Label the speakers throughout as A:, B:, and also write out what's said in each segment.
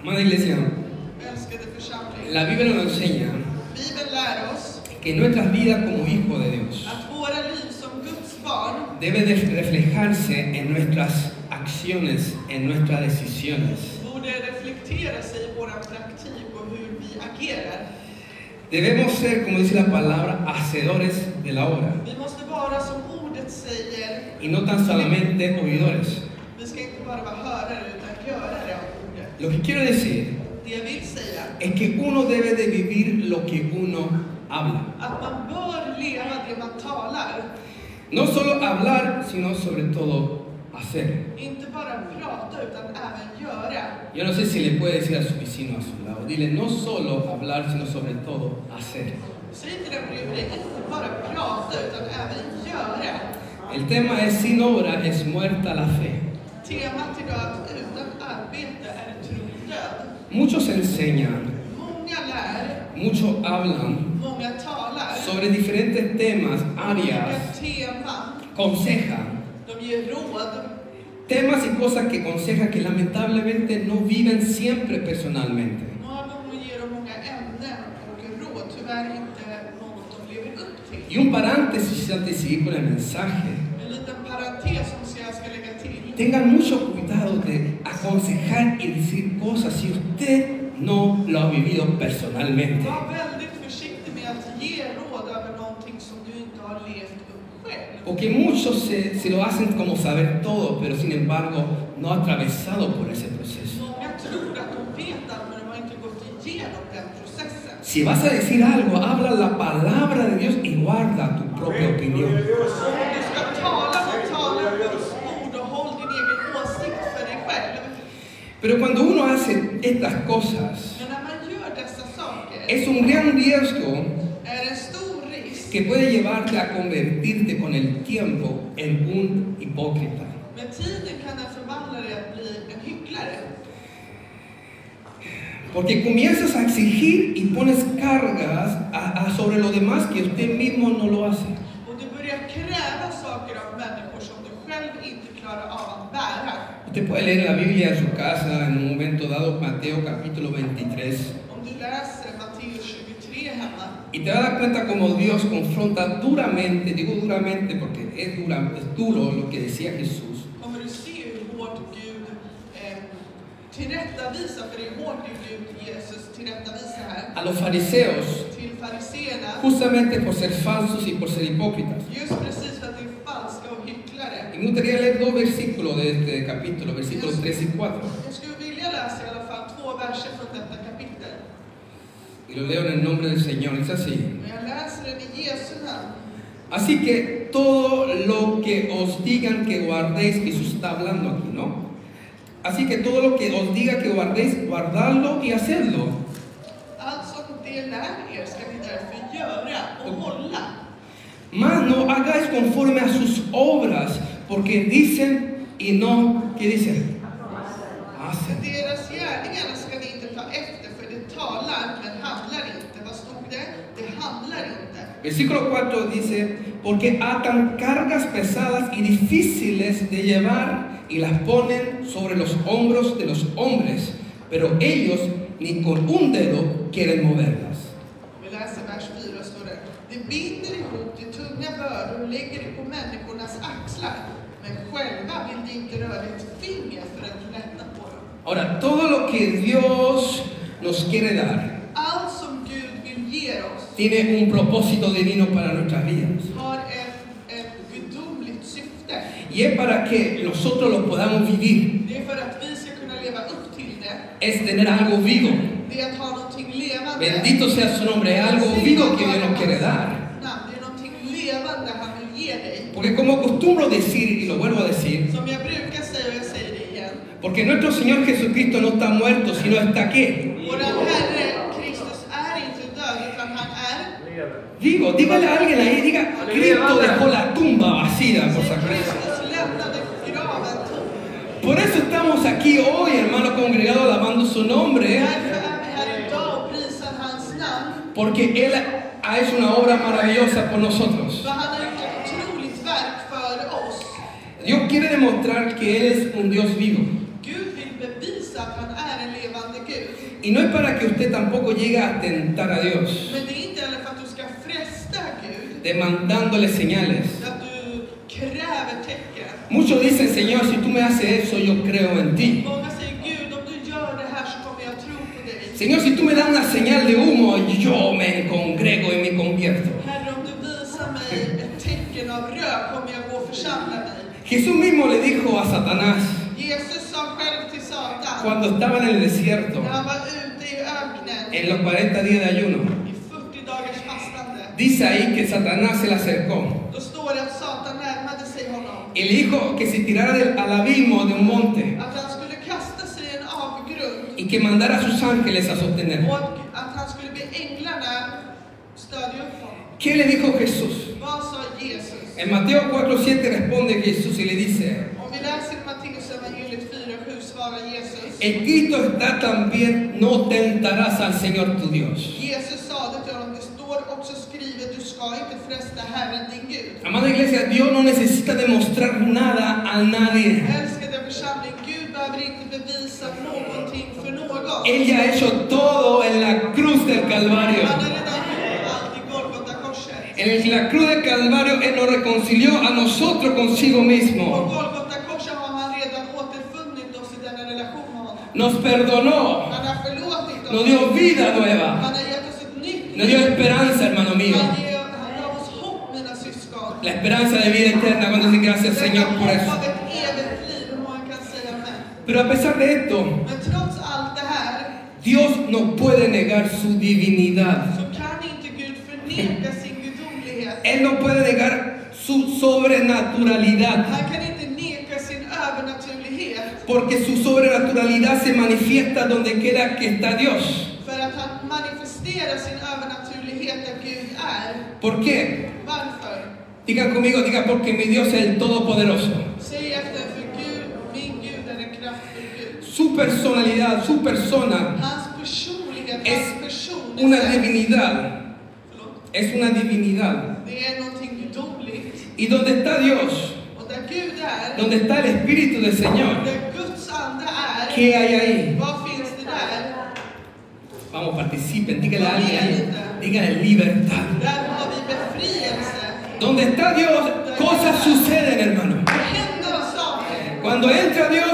A: Amada iglesia,
B: Älskade församling,
A: la Biblia nos enseña
B: Bibeln lär oss
A: que nuestras vidas como hijos de Dios
B: att våra liv som Guds barn
A: debe de reflejarse en nuestras acciones, en nuestras decisiones.
B: borde reflektera sig i vår praktik och hur vi agerar.
A: Debemos ser, como dice la palabra, hacedores de la obra
B: Vi måste vara som ordet säger,
A: y no tan solamente oidores.
B: vi ska inte bara vara hörare utan görare av ordet.
A: Lo que quiero decir
B: Det jag vill säga,
A: es que uno debe de vivir lo que uno habla.
B: att man bör leva det man talar.
A: No solo hablar, sino sobre todo hacer.
B: Inte bara prata utan även göra.
A: Yo no sé si le puede decir a su vecino a su lado, dile, no solo hablar, sino sobre todo hacer.
B: Säg till den bredvid dig, inte bara prata utan även göra.
A: El tema es, sin obra es muerta la fe.
B: Temat idag att utan arbete är tron död.
A: Muchos enseñan,
B: Många lär,
A: muchos hablan
B: många talar,
A: sobre diferentes temas,
B: olika
A: áreas,
B: teman.
A: aconsejan.
B: De ger råd,
A: Temas y cosas que aconsejan que lamentablemente no viven siempre personalmente.
B: många gånger ger de många ämnen och råd. Tyvärr inte något de lever upp till.
A: Y un paréntesis antes de seguir con el mensaje.
B: En liten parentes som jag ska lägga till.
A: Tengan mucho cuidado de aconsejar y decir cosas si usted no lo ha vivido personalmente.
B: Var väldigt försiktig med att ge råd över någonting som du inte har levt upp själv.
A: Porque muchos se, se lo hacen como saber todo, pero sin embargo no ha atravesado por ese proceso.
B: Många tror att de vet allt men de har inte gått igenom den processen.
A: Si vas a decir algo, habla la palabra de Dios y guarda tu propia opinión.
B: Om du ska tala så tala Guds ord och håll din egen åsikt för dig själv.
A: Pero cuando uno hace estas cosas,
B: Men när man gör dessa saker
A: es un gran riesgo
B: är det en stor risk
A: que puede llevarte a convertirte con el tiempo en un hipócrita.
B: Med tiden kan den förvandla dig att bli en hycklare.
A: Porque comienzas a exigir y pones cargas a- a sobre lo demás que usted mismo no lo hace.
B: Och du börjar kräva saker av människor som du själv inte klarar av att bära.
A: Usted puede leer la Biblia en su casa en un momento dado, Mateo capítulo 23,
B: Om du läser Matteus 23 hemma
A: y te va a dar cuenta como Dios confronta duramente, digo duramente porque es, dura- es duro lo que decía Jesús,
B: kommer du se hur hårt Gud eh, tillrättavisar, för det är hårt det Gud Jesus tillrättavisar här,
A: a los fariseos,
B: till fariséerna.
A: justamente por ser falsos y por ser hipócritas.
B: Just precis för att det är falska och hycklare.
A: Y me gustaría leer dos versículos de este capítulo, versículos 3 y 4,
B: Jag skulle vilja läsa i alla fall två verser från detta kapitel.
A: y lo leo en el nombre del Señor, dice así.
B: Men jag läser den i Jesu namn.
A: Así que todo lo que os digan que guardéis, Jesús está hablando aquí, ¿no? Así que todo lo que os diga que guardéis, guardadlo y hacedlo,
B: Allt som det lär er ska ni därför göra och hålla.
A: mas no hagáis conforme a sus obras, porque dicen y no, ¿qué dicen?
B: För
A: Hacen.
B: deras gärningar ska ni inte ta efter, för det talar men handlar inte. Vad stod det? Det handlar inte.
A: Versículo 4 dice, porque atan cargas pesadas y difíciles de llevar y las ponen sobre los hombros de los hombres, pero ellos ni con un dedo quieren moverlas.
B: Vi läser vers 4 står det. Det binder ihop de tunga bördor och lägger det på människornas axlar. Men själva vill de inte röra ett finger för att lätta på dem.
A: Ahora, todo lo que Dios nos quiere dar
B: Allt som Gud vill ge oss
A: tiene un propósito divino para nuestras vidas.
B: har ett, ett gudomligt syfte.
A: Y es para que nosotros lo podamos vivir,
B: Det är för att vi ska kunna leva upp till det.
A: es tener algo vivo.
B: Det är att ha någonting levande.
A: Bendito sea su nombre, es algo vivo que Dios nos quiere dar.
B: Namn, Det är någonting levande han vill ge dig.
A: Porque como acostumbro decir, y lo vuelvo a decir,
B: Som jag brukar säga och jag säger det igen.
A: porque nuestro Señor Jesucristo no está muerto, sino está qué?
B: Våran Herre Kristus är inte död utan han är
A: Digo, dígale a alguien ahí, diga, Cristo dejó la tumba vacía por sacrificio.
B: Kristus lämnade graven tom.
A: Por eso estamos aquí hoy, hermano congregado, alabando su nombre, ¿eh?
B: Därför är vi här idag och prisar hans namn.
A: porque Él ha hecho una obra maravillosa por nosotros.
B: För han har gjort ett otroligt verk för oss.
A: Dios quiere demostrar que Él es un Dios vivo.
B: Gud vill bevisa att han är en levande
A: Y no es para que usted tampoco llegue a tentar a Dios,
B: Men det är inte heller för att du ska fresta Gud,
A: demandándole señales.
B: att du kräver tecken.
A: Muchos dicen, Señor, si tú me haces eso, yo creo en ti.
B: Många säger Gud, om du gör det här så kommer jag tro på dig.
A: Señor, si tú me das una señal de humo, yo me congrego y me convierto.
B: Herre, om du visar mig ett tecken av rök kommer jag gå och församla mig.
A: Jesús mismo le dijo a Satanás
B: Jesus sa själv till Satan,
A: cuando estaba en el desierto,
B: när han var ute i öknen
A: en los 40 días de ayuno,
B: i 40 dagars fastande,
A: dice ahí que Satanás se le acercó
B: då står det att Satan närmade sig honom.
A: y le dijo que se tirara del, al abismo de un monte
B: Att han skulle kasta sig i en avgrund
A: y que mandara a sus ángeles a sostener.
B: och att, att han skulle be änglarna stödja upp honom.
A: ¿Qué le dijo Jesús?
B: Vad sa Jesus?
A: En Mateo 4:7 responde Jesús y le dice,
B: Om vi läser Matteus evangeliet 4.7 svarar Jesus.
A: escrito está también, no tentarás al Señor tu Dios.
B: Jesus sa det till honom, det står också skrivet, du ska inte fresta Herren din Gud.
A: Amada iglesia, Dios no necesita demostrar nada a nadie.
B: Älskade församling, Gud behöver inte bevisa någonting för någon.
A: Él ya ha hecho todo en la cruz del Calvario.
B: Han har redan gjort allt i Golgata-korset.
A: En la cruz del Calvario Él nos reconcilió a nosotros consigo
B: På
A: mismo.
B: Golgata-korset har han redan återfunnit oss i denna relation med honom.
A: Nos perdonó,
B: Han har förlåtit
A: nos dio
B: oss.
A: vida nueva,
B: Han har gett oss ett nytt
A: nos dio esperanza, hermano mío.
B: Han ger- han gav oss hopp, mina syskon.
A: La esperanza de vida eterna cuando dice gracias
B: Detta
A: Señor por
B: hopp
A: eso.
B: av ett evigt liv, hur många kan säga amen?
A: Pero a pesar de esto,
B: Men trots allt det här
A: Dios no puede negar su divinidad.
B: så kan inte Gud förneka sin gudomlighet.
A: Él no puede negar su sobrenaturalidad.
B: Han kan inte neka sin övernaturlighet
A: Porque su sobrenaturalidad se manifiesta donde quiera que está Dios.
B: för att han manifesterar sin övernaturlighet där Gud är.
A: ¿Por qué?
B: Varför?
A: Digan conmigo, digan porque mi Dios es el Todopoderoso.
B: Säg efter för Gud, min Gud är en kraftfull Gud.
A: Su personalidad, su persona,
B: Hans personlighet,
A: Es
B: hans person,
A: una
B: är säker.
A: divinidad,
B: Förlåt.
A: es una divinidad.
B: det är någonting gudomligt.
A: Y donde está Dios,
B: Och där Gud är,
A: donde está el Espíritu del Señor,
B: där Guds ande är,
A: ¿qué hay ahí?
B: vad finns det där?
A: Vamos, participen, díganle a alguien ahí, díganle libertad.
B: Där har vi befrielse.
A: Donde está Dios, cosas suceden, hermano.
B: Det händer saker.
A: Cuando entra Dios,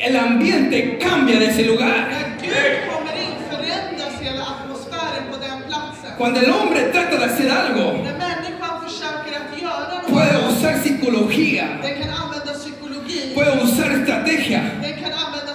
A: el ambiente cambia de ese lugar.
B: När Gud kommer in förändras hela atmosfären på den platsen.
A: Cuando el hombre trata de hacer algo,
B: När människan försöker att göra
A: puede
B: något,
A: usar psicología,
B: den kan använda psykologi,
A: puede usar estrategia.
B: den kan använda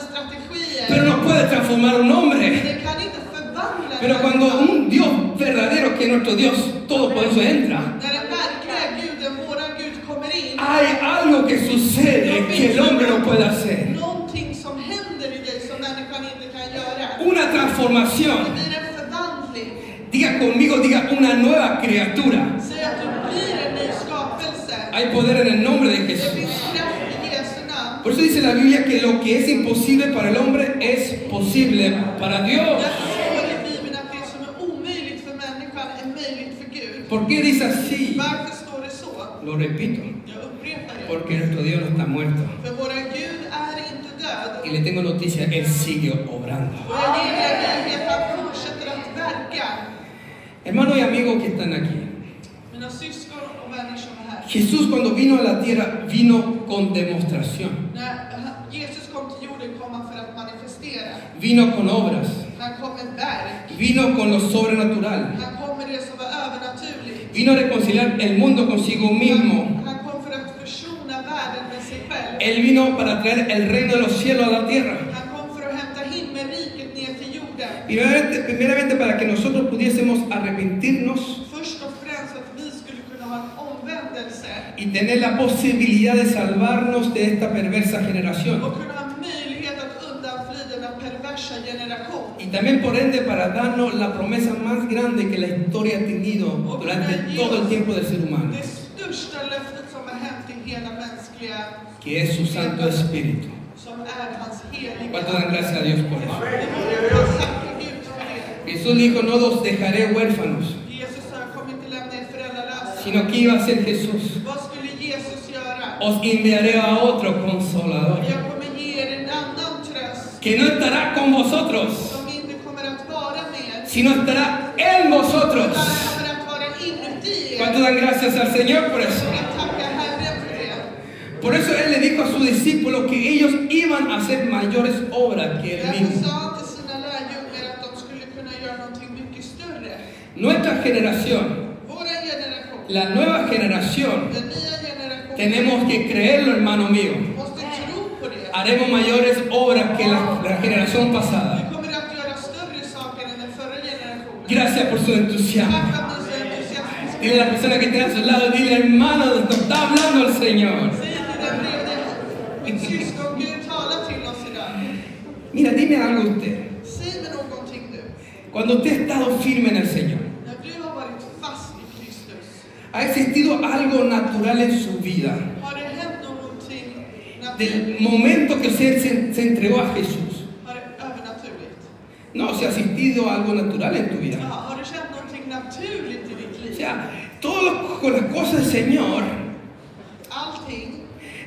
A: Pero
B: strategier,
A: no puede transformar un hombre.
B: den kan inte förvandla
A: Pero cuando
B: människan.
A: un Dios verdadero, que es nuestro Dios todopoderoso, entra,
B: När den verkliga guden, våran Gud, kommer in,
A: hay algo que sucede que el hombre no puede hacer.
B: någonting som händer i dig som människan inte kan göra.
A: Una
B: Det
A: transformación.
B: blir en förvandling.
A: Diga conmigo, diga una nueva criatura.
B: Säg att du blir en ny skapelse.
A: Hay poder en el nombre de
B: Det
A: Jesús.
B: finns kraft i Jesu namn.
A: Por eso dice la Biblia que lo que es imposible para el hombre es posible para Dios.
B: Därför står det i Bibeln att det som är omöjligt för människan är möjligt för Gud.
A: ¿Por qué dice así?
B: Varför står det så?
A: Lo repito,
B: Jag upprepar det.
A: porque nuestro Dios no está muerto.
B: För våra Gud är inte
A: Y
B: död.
A: le tengo noticia, Él sigue obrando.
B: Och jag ger er nyhet, han fortsätter att verka.
A: Hermanos y amigos que están aquí,
B: Mina syskon och vänner som är här.
A: Jesús cuando vino a la tierra vino con demostración,
B: När Jesus kom till jorden kom han för att manifestera.
A: vino con obras,
B: Han kom med verk.
A: vino con lo sobrenatural,
B: Han kom med det som var övernaturligt.
A: vino a reconciliar el mundo consigo mismo.
B: Han, han kom för att försona världen med sig själv.
A: Él vino para traer el reino de los cielos a la tierra.
B: Han kom för att hämta himmelriket ner till jorden.
A: Primeramente, primeramente para que nosotros pudiésemos arrepentirnos
B: Först och främst för att vi skulle kunna ha en omvändelse
A: y tener la posibilidad de salvarnos de esta perversa generación.
B: och kunna ha en möjlighet att undanfly denna perversa generation.
A: Y también por ende para darnos la promesa más grande que la historia ha tenido durante todo el tiempo del ser humano.
B: Det största löftet som har hänt i hela mänskliga,
A: que es su Santo Espíritu.
B: som är hans heliga
A: ¿Cuánto dan gracias a Dios por eso?
B: Det vore jag tacka Gud för det.
A: Jesús dijo, no los dejaré huérfanos,
B: Jesus sa, jag kommer inte lämna er föräldralösa.
A: sino que iba a ser Jesús.
B: Vad skulle Jesus göra?
A: Os enviaré a otro consolador,
B: Jag kommer ge er en annan tröst
A: que no estará con vosotros,
B: som inte kommer
A: sino estará en vosotros.
B: Bara för att vara inuti er.
A: ¿Cuánto dan gracias al Señor por eso?
B: Jag tackar Herren för det.
A: Por eso Él le dijo a sus discípulos que ellos iban a hacer mayores obras que Él
B: Därför
A: mismo.
B: sa han till sina lärjungar att de skulle kunna göra någonting mycket större.
A: Nuestra generación,
B: Vår generation,
A: la nueva generación,
B: den nya generationen,
A: tenemos que creerlo, hermano mío.
B: måste tro på det.
A: Haremos mayores obras que la, la generación pasada.
B: Vi kommer att göra större saker än den förra generationen.
A: Gracias por su entusiasmo.
B: Tack för att ni är så entusiastiska.
A: Dile a la persona que esté a su lado, dile hermano, nos está hablando el Señor.
B: Säg till den bredvid mitt syskon, Gud talar till oss idag.
A: Mira, dime algo usted.
B: Säg mig någonting nu.
A: Cuando usted ha estado firme en el Señor,
B: När du har varit fast i Kristus,
A: ha existido algo natural en su vida.
B: har det hänt någonting naturligt?
A: Del momento que usted se, se entregó a Jesús,
B: Har det övernaturligt?
A: no se ha asistido algo natural en tu
B: Ja,
A: vida.
B: har du känt någonting naturligt i ditt
A: O
B: liv?
A: sea, todas las cosas del Señor,
B: Allting,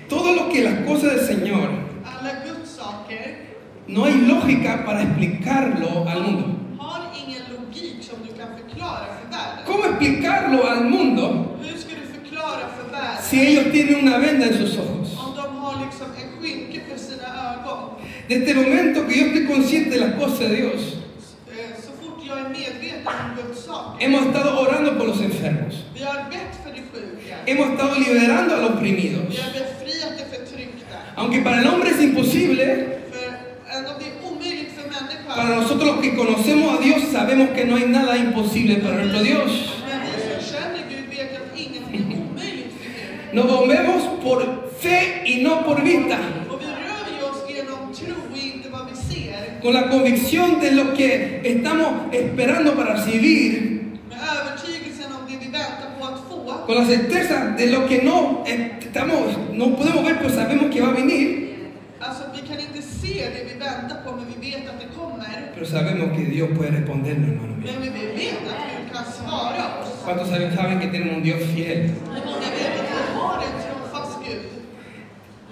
A: todo lo que las cosas del Señor,
B: alla Guds saker,
A: no hay lógica para explicarlo al mundo.
B: har ingen logik som du kan förklara för världen.
A: ¿Cómo explicarlo al mundo
B: Hur ska du förklara för världen
A: si ellos tienen una venda en sus ojos?
B: om de har liksom en skynke för sina ögon?
A: Desde el este momento que yo estoy consciente de las cosas de Dios,
B: Eh, Så fort jag är medveten om Guds saker.
A: hemos estado orando por los enfermos,
B: Vi har bett för de sjuka.
A: hemos estado liberando a los
B: Vi
A: oprimidos.
B: har befriat de förtryckta.
A: Aunque para el hombre es imposible,
B: För även om det är omöjligt för
A: para
B: människan,
A: nosotros los que conocemos a Dios sabemos que no hay nada imposible para nuestro Dios.
B: men vi som känner Gud vet att ingenting är omöjligt för Gud.
A: Nos movemos por fe y no por vista,
B: Och vi rör ju oss genom tro och inte vad vi ser.
A: con la convicción de lo que estamos esperando para recibir,
B: Med övertygelsen om det vi väntar på att få.
A: con la certeza de lo que no estamos, no podemos ver, pues sabemos que va a venir,
B: Alltså vi kan inte se det vi väntar på men vi vet att det kommer.
A: pero sabemos que Dios puede respondernos, hermano mío.
B: Men vi vet att Gud kan svara oss.
A: ¿Cuántos saben, saben que tenemos un Dios fiel?
B: Hur många vet att vi har en trofast Gud?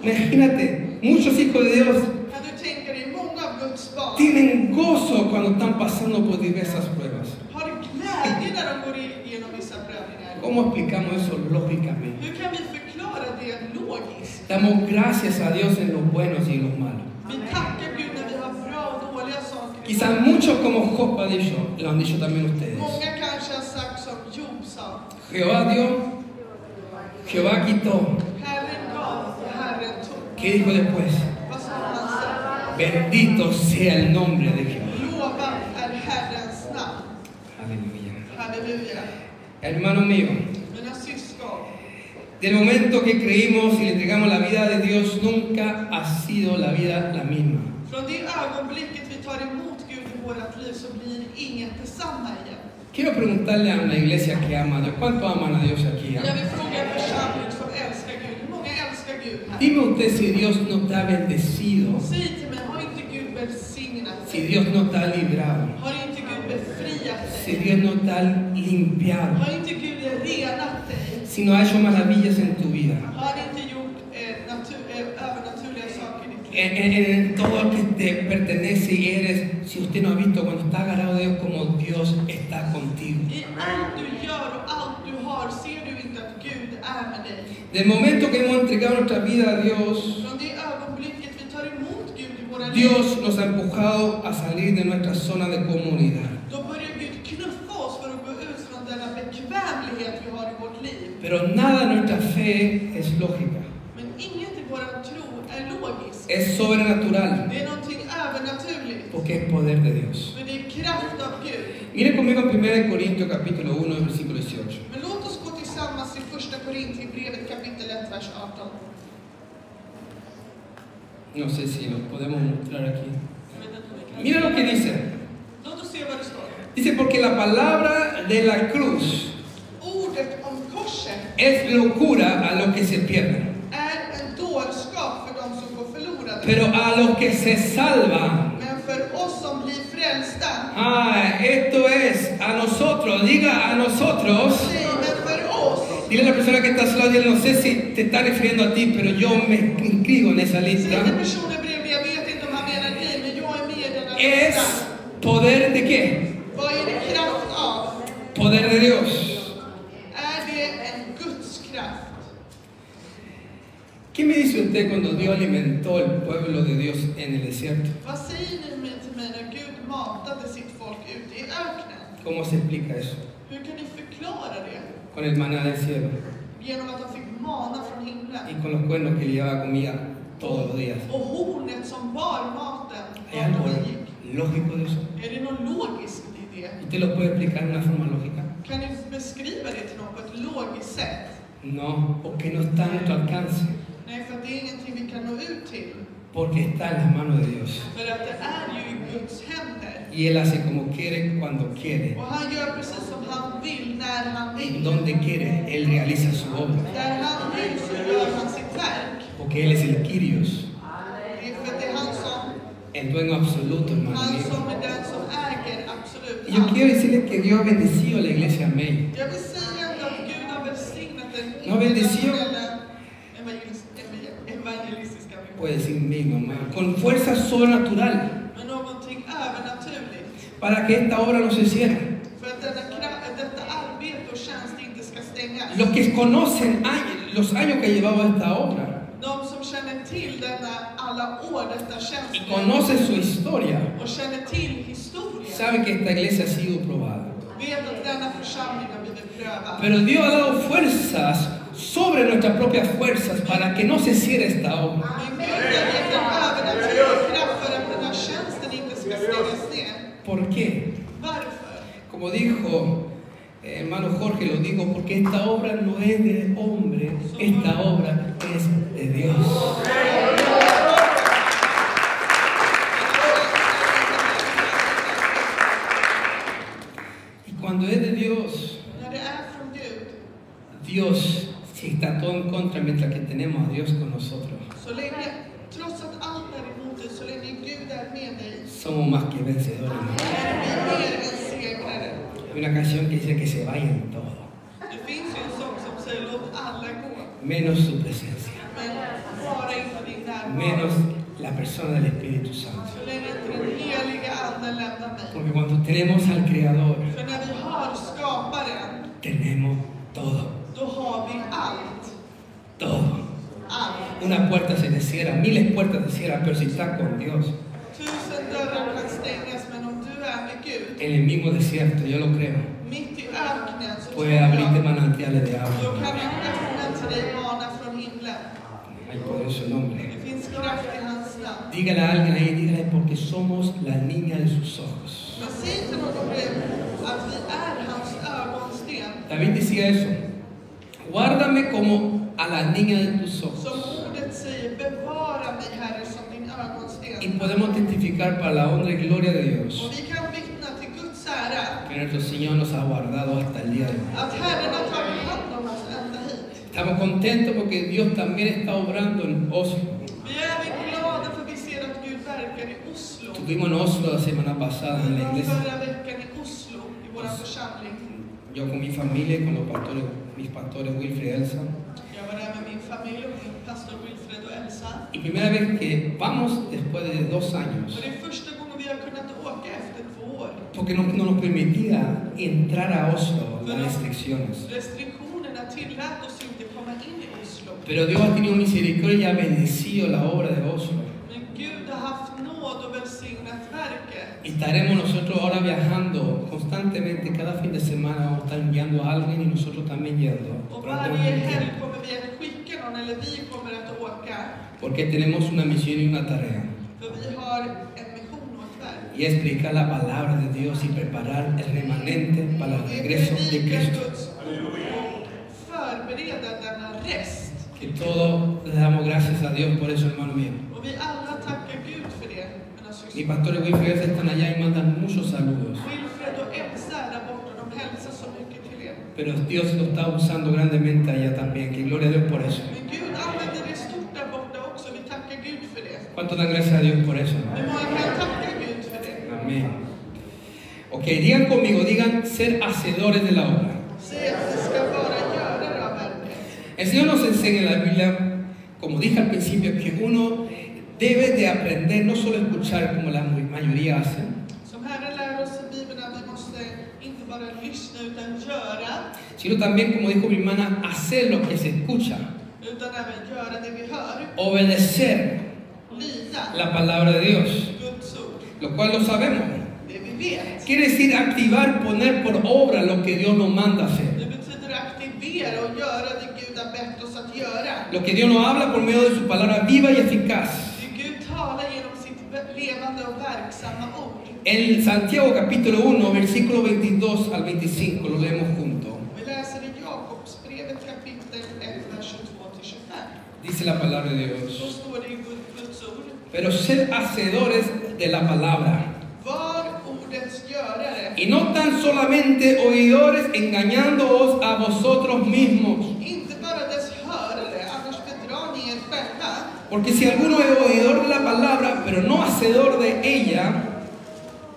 A: Imagínate, muchos hijos de Dios
B: Kan du tänka dig många av Guds barn
A: tienen gozo cuando están pasando por diversas pruebas.
B: har glädje när de går igenom vissa prövningar?
A: ¿Cómo explicamos eso lógicamente?
B: Hur kan vi förklara det logiskt?
A: Damos gracias a Dios en los buenos y en los malos.
B: Vi tackar Gud när vi har bra och dåliga saker.
A: Quizás muchos como Job ha dicho, lo han dicho también ustedes.
B: Många kanske har sagt som Job sa.
A: Jehová dio, Jehová quitó.
B: Herren gav, Herren tog.
A: ¿Qué dijo después?
B: Vad sa han sen?
A: Bendito sea el nombre de Jehová.
B: Lovad är Herrens namn.
A: Aleluya.
B: Halleluja.
A: Hermano mío,
B: Mina syskon,
A: del momento que creímos y le entregamos la vida de Dios, nunca ha sido la vida la misma.
B: från det ögonblicket vi tar emot Gud i vårt liv så blir inget detsamma igen.
A: Quiero preguntarle a la iglesia que ama a Dios, ¿cuánto aman a Dios aquí?
B: Jag vill fråga en församling som älskar Gud. Hur många älskar Gud här?
A: Dime usted si Dios no te ha bendecido,
B: Säg till mig, har inte Gud välsignat
A: si
B: dig?
A: Dios no te ha librado,
B: Har inte Gud befriat
A: si
B: dig?
A: Dios no te ha limpiado,
B: Har inte Gud renat dig?
A: si no ha hecho maravillas en tu vida,
B: Har inte gjort eh, natur, eh, övernaturliga saker i ditt liv?
A: en, en- en Eh, todo lo que te pertenece y eres, si usted no ha visto cuando está agarrado de Dios como Dios está contigo.
B: I allt du gör och allt du har ser du inte att Gud är med dig.
A: Del momento que hemos entregado nuestra vida a Dios,
B: Från det ögonblicket vi tar emot Gud i våra liv,
A: Dios nos ha empujado a salir de nuestra zona de comunidad.
B: då börjar Gud knuffa oss för att gå ut från denna bekvämlighet vi har i vårt liv.
A: Pero nada de nuestra fe es lógica,
B: Men inget i vår tro är logiskt.
A: es sobrenatural,
B: Det är någonting övernaturligt.
A: porque es poder de Dios.
B: För det är kraft av Gud.
A: Miren conmigo en 1 Corintios capítulo 1, versículo 18.
B: Men låt oss gå tillsammans till första Korinthierbrevet kapitel 1, vers 18.
A: No sé si lo podemos mostrar aquí.
B: Men den här kan-
A: Mira lo que dice.
B: Låt oss se vad det står.
A: Dice, porque la palabra de la cruz
B: Ordet om korset
A: es locura a los que se pierden,
B: är en dårskap för de som går förlorade.
A: pero a los que se salvan.
B: Men för oss som blir frälsta,
A: Ah, esto es a nosotros, diga a nosotros.
B: nej, men för oss,
A: Dile a la persona que está a su lado, dile, no sé si te está refiriendo a ti, pero yo me inscribo en esa
B: säger
A: lista.
B: personen bredvid mig, jag vet inte om han menar dig, men jag är med i denna
A: Es
B: listan.
A: poder de qué?
B: Vad är det kraft av?
A: Poder de Dios.
B: Är det en Guds kraft?
A: ¿Qué me dice usted cuando Dios alimentó al pueblo de Dios en el desierto?
B: Vad säger ni till mig när Gud matade sitt folk ute i öknen?
A: ¿Cómo se explica eso?
B: Hur kan ni förklara det?
A: Con el maná del cielo
B: Genom att de fick mana från himlen.
A: y con los cuernos que llevaba comida todos los días.
B: Och hornet som bar maten,
A: ¿Hay
B: var
A: algo
B: de gick.
A: lógico de eso?
B: Är det någon logiskt i det?
A: ¿Usted lo puede explicar de una forma lógica?
B: Kan ni beskriva det till någon på ett logiskt sätt?
A: No, porque no está a nuestro alcance,
B: Nej, för att det är ingenting vi kan nå ut till.
A: porque está en las manos de Dios.
B: För att det är ju i Guds händer.
A: Y Él hace como quiere, cuando quiere,
B: Och han gör precis som han vill, när han
A: en
B: vill.
A: donde quiere, Él realiza su obra,
B: Där han vill så gör han sitt verk.
A: porque Él es el Kyrios,
B: Det är för att det är han som,
A: el dueño absoluto, hermano
B: han som
A: mío.
B: är den som äger absolut
A: Y yo
B: allt.
A: quiero decirle que Dios ha bendecido a la iglesia May.
B: Jag vill säga att Gud har välsignat den
A: Nu har vi en decision.
B: internationella evangelis- evangel- evangelistiska
A: Puede decir May, mamá, con fuerza sobrenatural,
B: med någonting övernaturligt.
A: para que esta obra no se cierre.
B: För att denna, kra- detta arbete och tjänst inte ska stängas.
A: Los que conocen años- los años que llevaba esta obra
B: De som känner till denna alla år, detta
A: y
B: tjänst
A: conocen su historia,
B: och känner till historien
A: saben que esta iglesia ha sido probada.
B: vet att denna församling har blivit prövad.
A: Pero Dios ha dado fuerzas sobre nuestras propias fuerzas para que no se cierre esta obra.
B: Men Gud har gett en övernaturlig kraft för att den här tjänsten inte ska stängas ner.
A: ¿Por qué?
B: Varför?
A: Como dijo eh, hermano Jorge, lo digo porque esta obra no es de hombre, esta obra es de Dios. Y cuando es de Dios,
B: När det är från Gud,
A: Dios si está todo en contra mientras que tenemos a Dios con nosotros.
B: så länge, trots att allt är emot dig, så länge Gud är med dig,
A: Somos más que vencedores. hermano.
B: är vi mer än segrare.
A: Hay una canción que dice que se vayan todos,
B: Det finns ju en sång som säger låt alla gå,
A: menos su presencia,
B: men bara inte din närvaro.
A: menos la persona del Espíritu Santo.
B: Så länge inte den heliga anden lämnar mig.
A: Porque cuando tenemos al Creador,
B: För när vi har skaparen,
A: tenemos todo,
B: då har vi allt.
A: todo.
B: Allt.
A: Una puerta se te cierra, miles de puertas se cierran, pero si estás con Dios,
B: Tusen dörrar kan stängas, men om du är med Gud,
A: en el mismo desierto, yo lo creo,
B: mitt i öknen, så tror
A: puede abrirte
B: jag,
A: manantiales de
B: då
A: agua.
B: kan han öppna till dig mana från himlen.
A: Hay poder en su nombre.
B: Det finns kraft i hans namn.
A: Dígale a alguien ahí, dígale, porque somos la niña de sus ojos.
B: Men säg till någon bredvid att vi är hans ögonsten.
A: David decía eso, guárdame como a la niña de tus
B: Som
A: ojos.
B: ordet säger, bevara mig Herre som din
A: Y
B: ögonsten.
A: podemos testificar para la honra y gloria de Dios
B: Och vi kan vittna till Guds ära
A: que nuestro Señor nos ha guardado hasta el día de hoy.
B: att Herren har tagit hand om oss ända hit.
A: Estamos contentos porque Dios también está obrando en Oslo.
B: Vi är även glada för vi ser att Gud verkar i Oslo.
A: Estuvimos en Oslo la semana pasada en la iglesia.
B: Förra veckan i Oslo, i vår församling.
A: Yo con mi familia y con los pastores, mis pastores Wilfred y Elsa.
B: Jag var där med min familj och min pastor Wilfred och Elsa.
A: Y primera vez que vamos después de dos
B: Och
A: años,
B: det är första gången vi har kunnat åka efter två år.
A: porque no, no nos permitía entrar a Oslo las restricciones.
B: Restriktionerna tillät oss inte komma in i Oslo.
A: Pero Dios ha tenido misericordia y ha bendecido la obra de Oslo.
B: Men Gud har haft nåd och välsignat verket.
A: Y estaremos nosotros ahora viajando constantemente, cada fin de semana vamos a estar enviando a alguien y nosotros también yendo.
B: Och varje
A: Pronto,
B: helg kommer vi att skicka någon, eller vi kommer att åka.
A: Porque tenemos una misión y una tarea.
B: För vi har en mission och ett verk.
A: y explicar la palabra de Dios y preparar el remanente para el
B: Vi
A: regreso de
B: predikar
A: Cristo.
B: Guds ord och förbereder denna rest.
A: Que todos le damos gracias a Dios por eso, hermano mío.
B: Och vi alla tackar Gud för det, alltså, mina
A: Mis
B: systrar.
A: pastores Wilfred están allá y mandan muchos saludos,
B: Wilfred och Elsa är där borta, de hälsar så mycket till er.
A: pero Dios lo está usando grandemente allá también. Que gloria a Dios por eso.
B: Men Gud använder det stort där borta också, vi tackar Gud för det.
A: ¿Cuánto dan gracias a Dios por eso?
B: Hur
A: hermano?
B: många kan tacka Gud för det?
A: Amén. Ok, digan conmigo, digan ser hacedores de la obra.
B: Säg att vi ska bara göra av verket.
A: El Señor nos enseña en la Biblia, como dije al principio, que uno debe de aprender no solo a escuchar como la mayoría hacen,
B: Som Herren lär oss i Bibeln att vi måste bara lyssna utan göra,
A: sino también, como dijo mi hermana, hacer lo que se escucha,
B: utan även göra det vi hör,
A: obedecer
B: lyda
A: la palabra de Dios,
B: Guds ord,
A: lo cual lo sabemos.
B: det vi vet.
A: Quiere decir activar, poner por obra lo que Dios nos manda hacer.
B: Det betyder aktivera och göra det Gud har bett oss att göra.
A: Lo que Dios nos habla por medio de su palabra viva y eficaz.
B: Det Gud talar genom sitt levande och verksamma ord.
A: En Santiago capítulo 1, versículo 22 al 25, lo leemos juntos.
B: Vi läser i Jakobsbrevet kapitel 1, vers 22-25.
A: Dice la palabra de
B: Då
A: Dios.
B: står det i Gud- Guds ord.
A: Pero sed hacedores de la palabra.
B: Var ordets görare,
A: Y no tan solamente oidores engañándoos a vosotros mismos.
B: inte bara dess hörare, annars bedrar ni er själva.
A: Porque si alguno es oidor de la palabra, pero no hacedor de ella,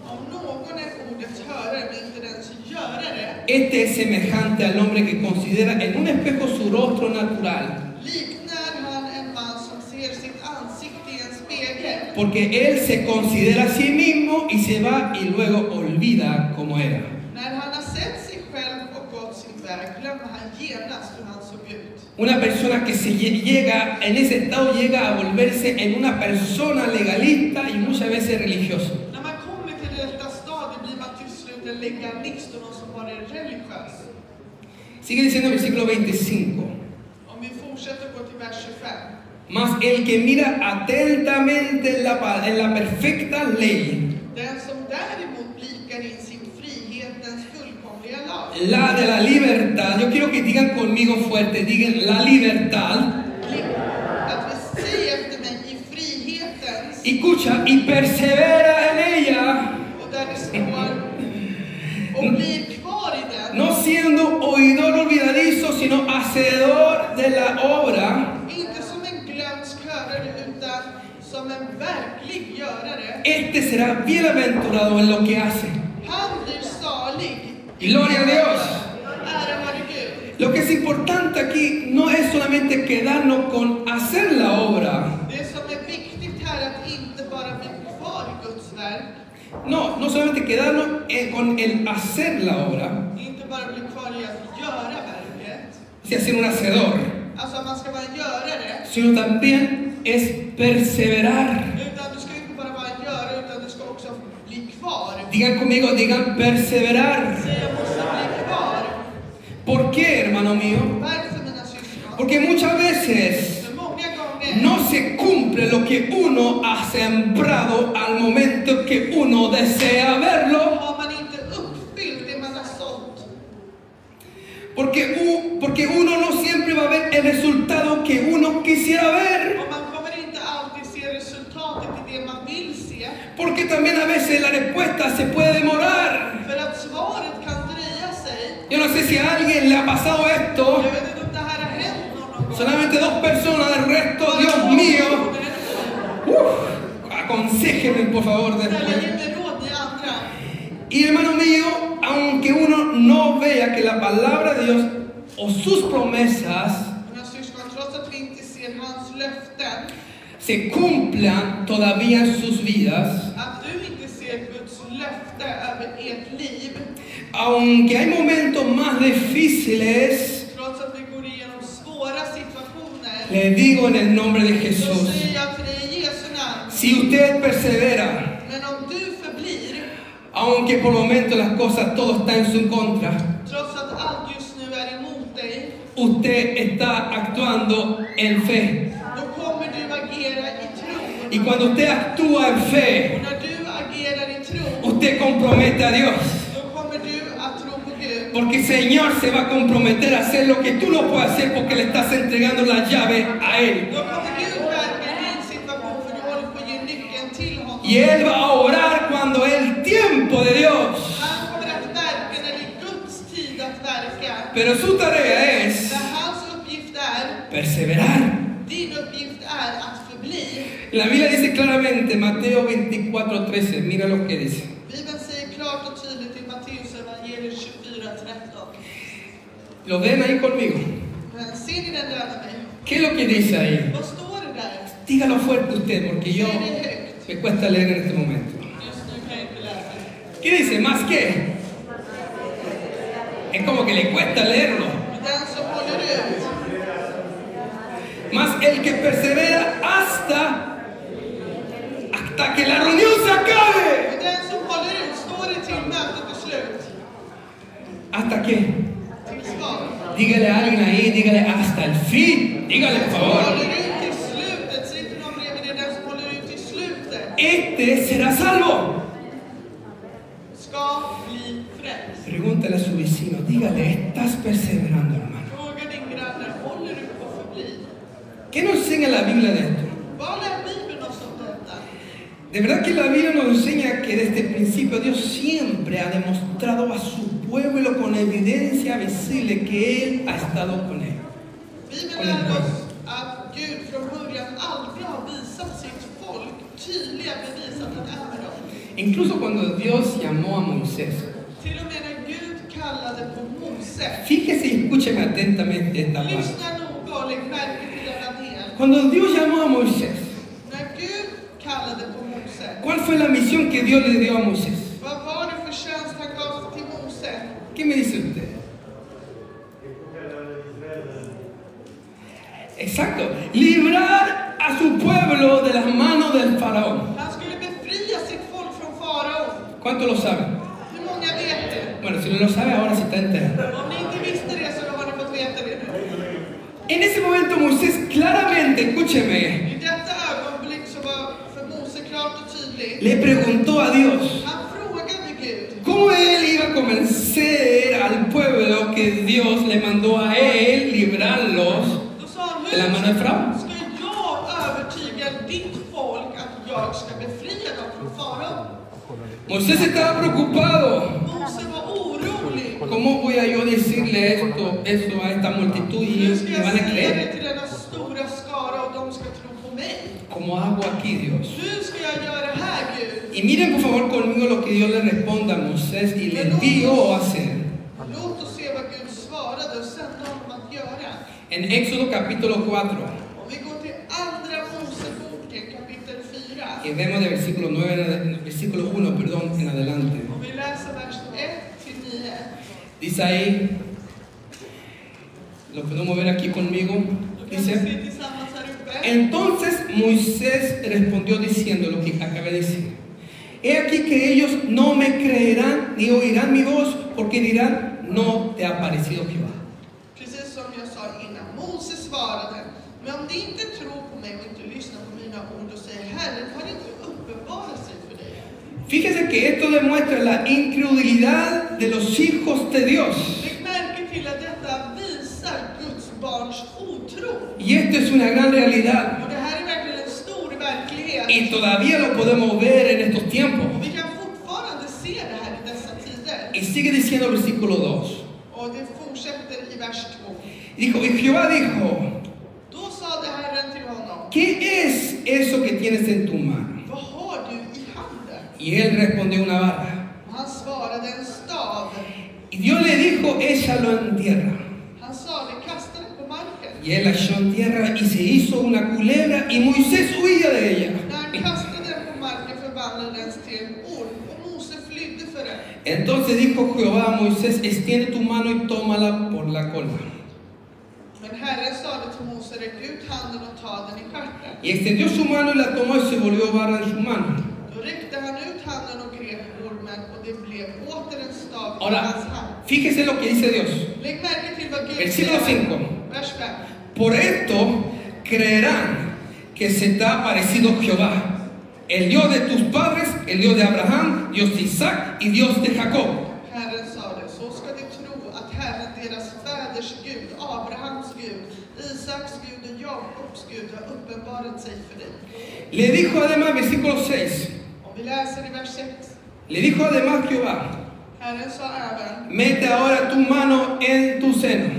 B: Om någon är ordets hörare, men inte dess görare,
A: este es semejante al hombre que considera en un espejo su rostro natural.
B: liknar han en man som ser sitt ansikte i en spegel.
A: Porque él se considera a sí mismo y se va y luego olvida cómo era.
B: När han har sett sig själv och gått sin väg glömmer han genast hur han såg ut.
A: Una persona que se lle- llega, en ese estado llega a volverse en una persona legalista y muchas veces religiosa.
B: När man kommer till detta stadie blir man till slut en legalist och någon som bara är religiös.
A: Sigue diciendo el versículo 25.
B: Om vi fortsätter gå till vers 25.
A: Mas el que mira atentamente en la, pa- en la perfecta ley,
B: Den som däremot blickar in sin frihetens fullkomliga lag,
A: la de la libertad, yo quiero que digan conmigo fuerte, digan la libertad,
B: blick- att vi säger efter mig i frihetens,
A: y escucha, y persevera en ella,
B: och där det står, och blir kvar i den,
A: no siendo oidor olvidadizo, sino hacedor de la obra.
B: inte som en glömsk hörare utan som en verklig görare.
A: Este será bienaventurado en lo que hace.
B: Han blir salig.
A: Gloria a Dios.
B: Ära vare Gud.
A: Lo que es importante aquí no es solamente quedarnos con hacer la obra.
B: Det som är viktigt här är att inte bara bli kvar i Guds verk,
A: No, no solamente quedarnos eh, con el hacer la obra,
B: inte bara bli kvar i att göra verket.
A: o sea, ser un hacedor,
B: Alltså att man ska vara en görare.
A: sino también es perseverar.
B: Utan du ska inte bara vara en görare, utan du ska också bli kvar.
A: Digan conmigo, digan perseverar.
B: Så jag måste bli kvar.
A: ¿Por qué, hermano mío?
B: Varför mina syskon?
A: Porque muchas veces
B: För många gånger
A: no se cumple lo que uno ha sembrado al momento que uno desea verlo.
B: har man inte uppfyllt det man har sått.
A: Porque, u- porque uno no siempre va a ver el resultado que uno quisiera ver.
B: Och man kommer inte alltid se resultatet i det man vill se.
A: Porque también a veces la respuesta se puede demorar.
B: För att svaret kan dröja sig.
A: Yo no sé si a alguien le ha pasado
B: Jag
A: esto.
B: vet inte om det här har hänt någon gång.
A: Solamente dos personas, del resto, Dios mío. Uf, aconséjeme por favor
B: Snälla
A: después.
B: ge mig råd ni andra.
A: Y hermano mío, aunque uno no vea que la palabra de Dios o sus promesas
B: Mina syskon, trots att vi inte ser hans löften,
A: se cumplan todavía en sus vidas,
B: att du inte ser Guds löfte över ert liv,
A: Aunque hay momentos más difíciles,
B: trots att vi går igenom svåra situationer,
A: le digo en el nombre de
B: så
A: Jesús,
B: säger jag till dig i Jesu namn,
A: si usted persevera,
B: men om du förblir,
A: aunque por momentos las cosas todo está en su contra,
B: trots att allt just nu är emot dig,
A: usted está actuando en fe.
B: då kommer du agera i
A: Y
B: tro.
A: cuando usted actúa en fe,
B: Och när du agerar i tro,
A: usted compromete a Dios.
B: då kommer du att tro på Gud.
A: Porque el Señor se va a comprometer a hacer lo que tú no puedes hacer porque le estás entregando la llave a Él.
B: Då kommer Gud verka i din situation, för du håller på att ge nyckeln till honom.
A: Y Él va a orar cuando el tiempo de Dios.
B: Han kommer att verka när det är Guds tid att verka.
A: Pero su tarea es...
B: Där hans uppgift är,
A: Perseverar.
B: din uppgift är att förbli.
A: La Biblia dice claramente, Mateo 24, 13, mira lo que dice.
B: Bibeln säger klart och tydligt i Matteus evangeliet 24.13.
A: Lo ven ahí conmigo.
B: Men ser ni den döda mig?
A: ¿Qué es lo que dice ahí?
B: Vad står det där?
A: Dígalo fuerte usted, porque yo
B: Säg det högt.
A: me cuesta leer en este momento.
B: Just nu kan jag inte läsa.
A: ¿Qué dice? ¿Más qué? porque le cuesta leerlo.
B: Den som håller ut,
A: Mas el que persevera hasta hasta que la reunión se acabe.
B: och den som håller ut står det till mötet är slut.
A: ¿Hasta qué?
B: Till svar.
A: Dígale a alguien ahí, dígale hasta el fin. Dígale,
B: Den
A: por
B: som
A: favor.
B: håller ut till slutet, säg till någon bredvid dig, den som håller ut till slutet
A: Este será salvo.
B: ska bli frälst.
A: Pregúntale a su vecino, dígale, estás perseverando, hermano.
B: Fråga din granne, håller du på att förbli?
A: ¿Qué nos enseña la Biblia de esto?
B: Vad lär Bibeln oss om detta?
A: De verdad que la Biblia nos enseña que desde el principio Dios siempre ha demostrado a su pueblo con evidencia visible que Él ha estado con él.
B: Bibeln lär oss att Gud från början aldrig har visat sitt folk tydliga bevis att han är med dem.
A: Incluso cuando Dios llamó a Moisés.
B: Till och med när Gud kallade på Mose.
A: Fíjese y escúcheme atentamente esta parte.
B: Lyssna noga och lägg märke till denna del.
A: Cuando Dios llamó a Moisés,
B: När Gud kallade på Mose,
A: ¿cuál fue la misión que Dios le dio a Moisés?
B: vad var det för tjänst han gav till Mose?
A: ¿Qué me dice usted? Exacto, librar a su pueblo de las manos del faraón.
B: Han skulle befria sitt folk från farao.
A: ¿Cuánto lo sabe?
B: Hur många vet det?
A: Bueno, si no lo sabe, ahora se está enterando.
B: Om ni inte visste det så har ni fått veta det nu.
A: En ese momento Moisés claramente, escúcheme,
B: I detta ögonblick så var för Mose klart och tydligt.
A: le preguntó a Dios
B: Han frågade Gud
A: cómo él iba a convencer al pueblo que Dios le mandó a él librarlos.
B: Då sa han,
A: Eller man är fram.
B: hur ska jag övertyga ditt folk att jag ska befria dem från farao?
A: Moisés estaba preocupado.
B: Mose var orolig.
A: ¿Cómo voy a yo decirle esto, eso a esta multitud y
B: Hur
A: ellos
B: ska
A: me
B: jag
A: van a
B: säga det
A: creer?
B: till denna stora skara och de ska tro på mig?
A: ¿Cómo hago aquí, Dios?
B: Hur ska jag göra här, Gud?
A: Y miren por favor conmigo lo que Dios le responda a Moisés y le dio a hacer.
B: Låt oss se vad Gud svarade och sände honom att göra.
A: En Éxodo capítulo 4,
B: Om vi går till Andra Moseboken kapitel 4
A: que vemos de versículo, 9, en ad- versículo 1 perdón, en adelante.
B: och vi läser vers 1 till 9.
A: Dice ahí, lo podemos ver aquí conmigo,
B: Då kan vi
A: dice,
B: se tillsammans här uppe.
A: entonces Moisés respondió diciendo lo que acabé de decir. He aquí que ellos no me creerán ni oirán mi voz porque dirán, no te ha parecido Jehová.
B: Precis som jag sa innan, Mose svarade, men om ni inte tror på mig och inte lyssnar på mina ord och säger Herren har inte uppenbarat sig för dig.
A: Fíjese que esto demuestra la incredulidad de los hijos de Dios.
B: Lägg märke till att detta visar Guds barns otro.
A: Y esto es una gran realidad.
B: Och det här är verkligen en stor verklighet.
A: Y todavía lo podemos ver en estos tiempos.
B: Och vi kan fortfarande se det här i dessa tider.
A: Y sigue diciendo el versículo 2.
B: Och det fortsätter i vers 2.
A: Dijo, y Jehová dijo,
B: Då sade Herren till honom,
A: ¿qué es eso que tienes en tu mano?
B: vad har du i handen?
A: Y él respondió una barra.
B: Och han svarade en stav.
A: Y Dios le dijo, échalo en tierra.
B: Han sade, kasta den på marken.
A: Y él la echó en tierra y se hizo una culebra y Moisés huía de
B: När han
A: ella.
B: kastade den på marken förvandlades till en orm och Mose flydde för den.
A: Entonces dijo Jehová a Moisés, extiende tu mano y tómala por la cola.
B: Men Herren sade till Mose, räck ut handen och ta den i stjärten.
A: Y extendió su mano y la tomó y se volvió barra en su mano.
B: Då räckte han ut handen och grep ormen och det blev åter en stav i hans hand.
A: Ahora, fíjese lo que dice Dios.
B: Lägg märke till vad Gud
A: Versículo cinco.
B: Vers 5.
A: Por esto creerán que se te ha parecido Jehová, el Dios de tus padres, el Dios de Abraham, Dios de Isaac y Dios de Jacob.
B: Herren sade, så ska de tro att Herren deras fäders Gud, Abrahams Gud, Isaks Gud och Jakobs Gud har uppenbarat sig för dig.
A: Le dijo además, versículo 6,
B: Om vi läser i vers 6.
A: le dijo además Jehová,
B: Herren sa även,
A: mete ahora tu mano en tu seno.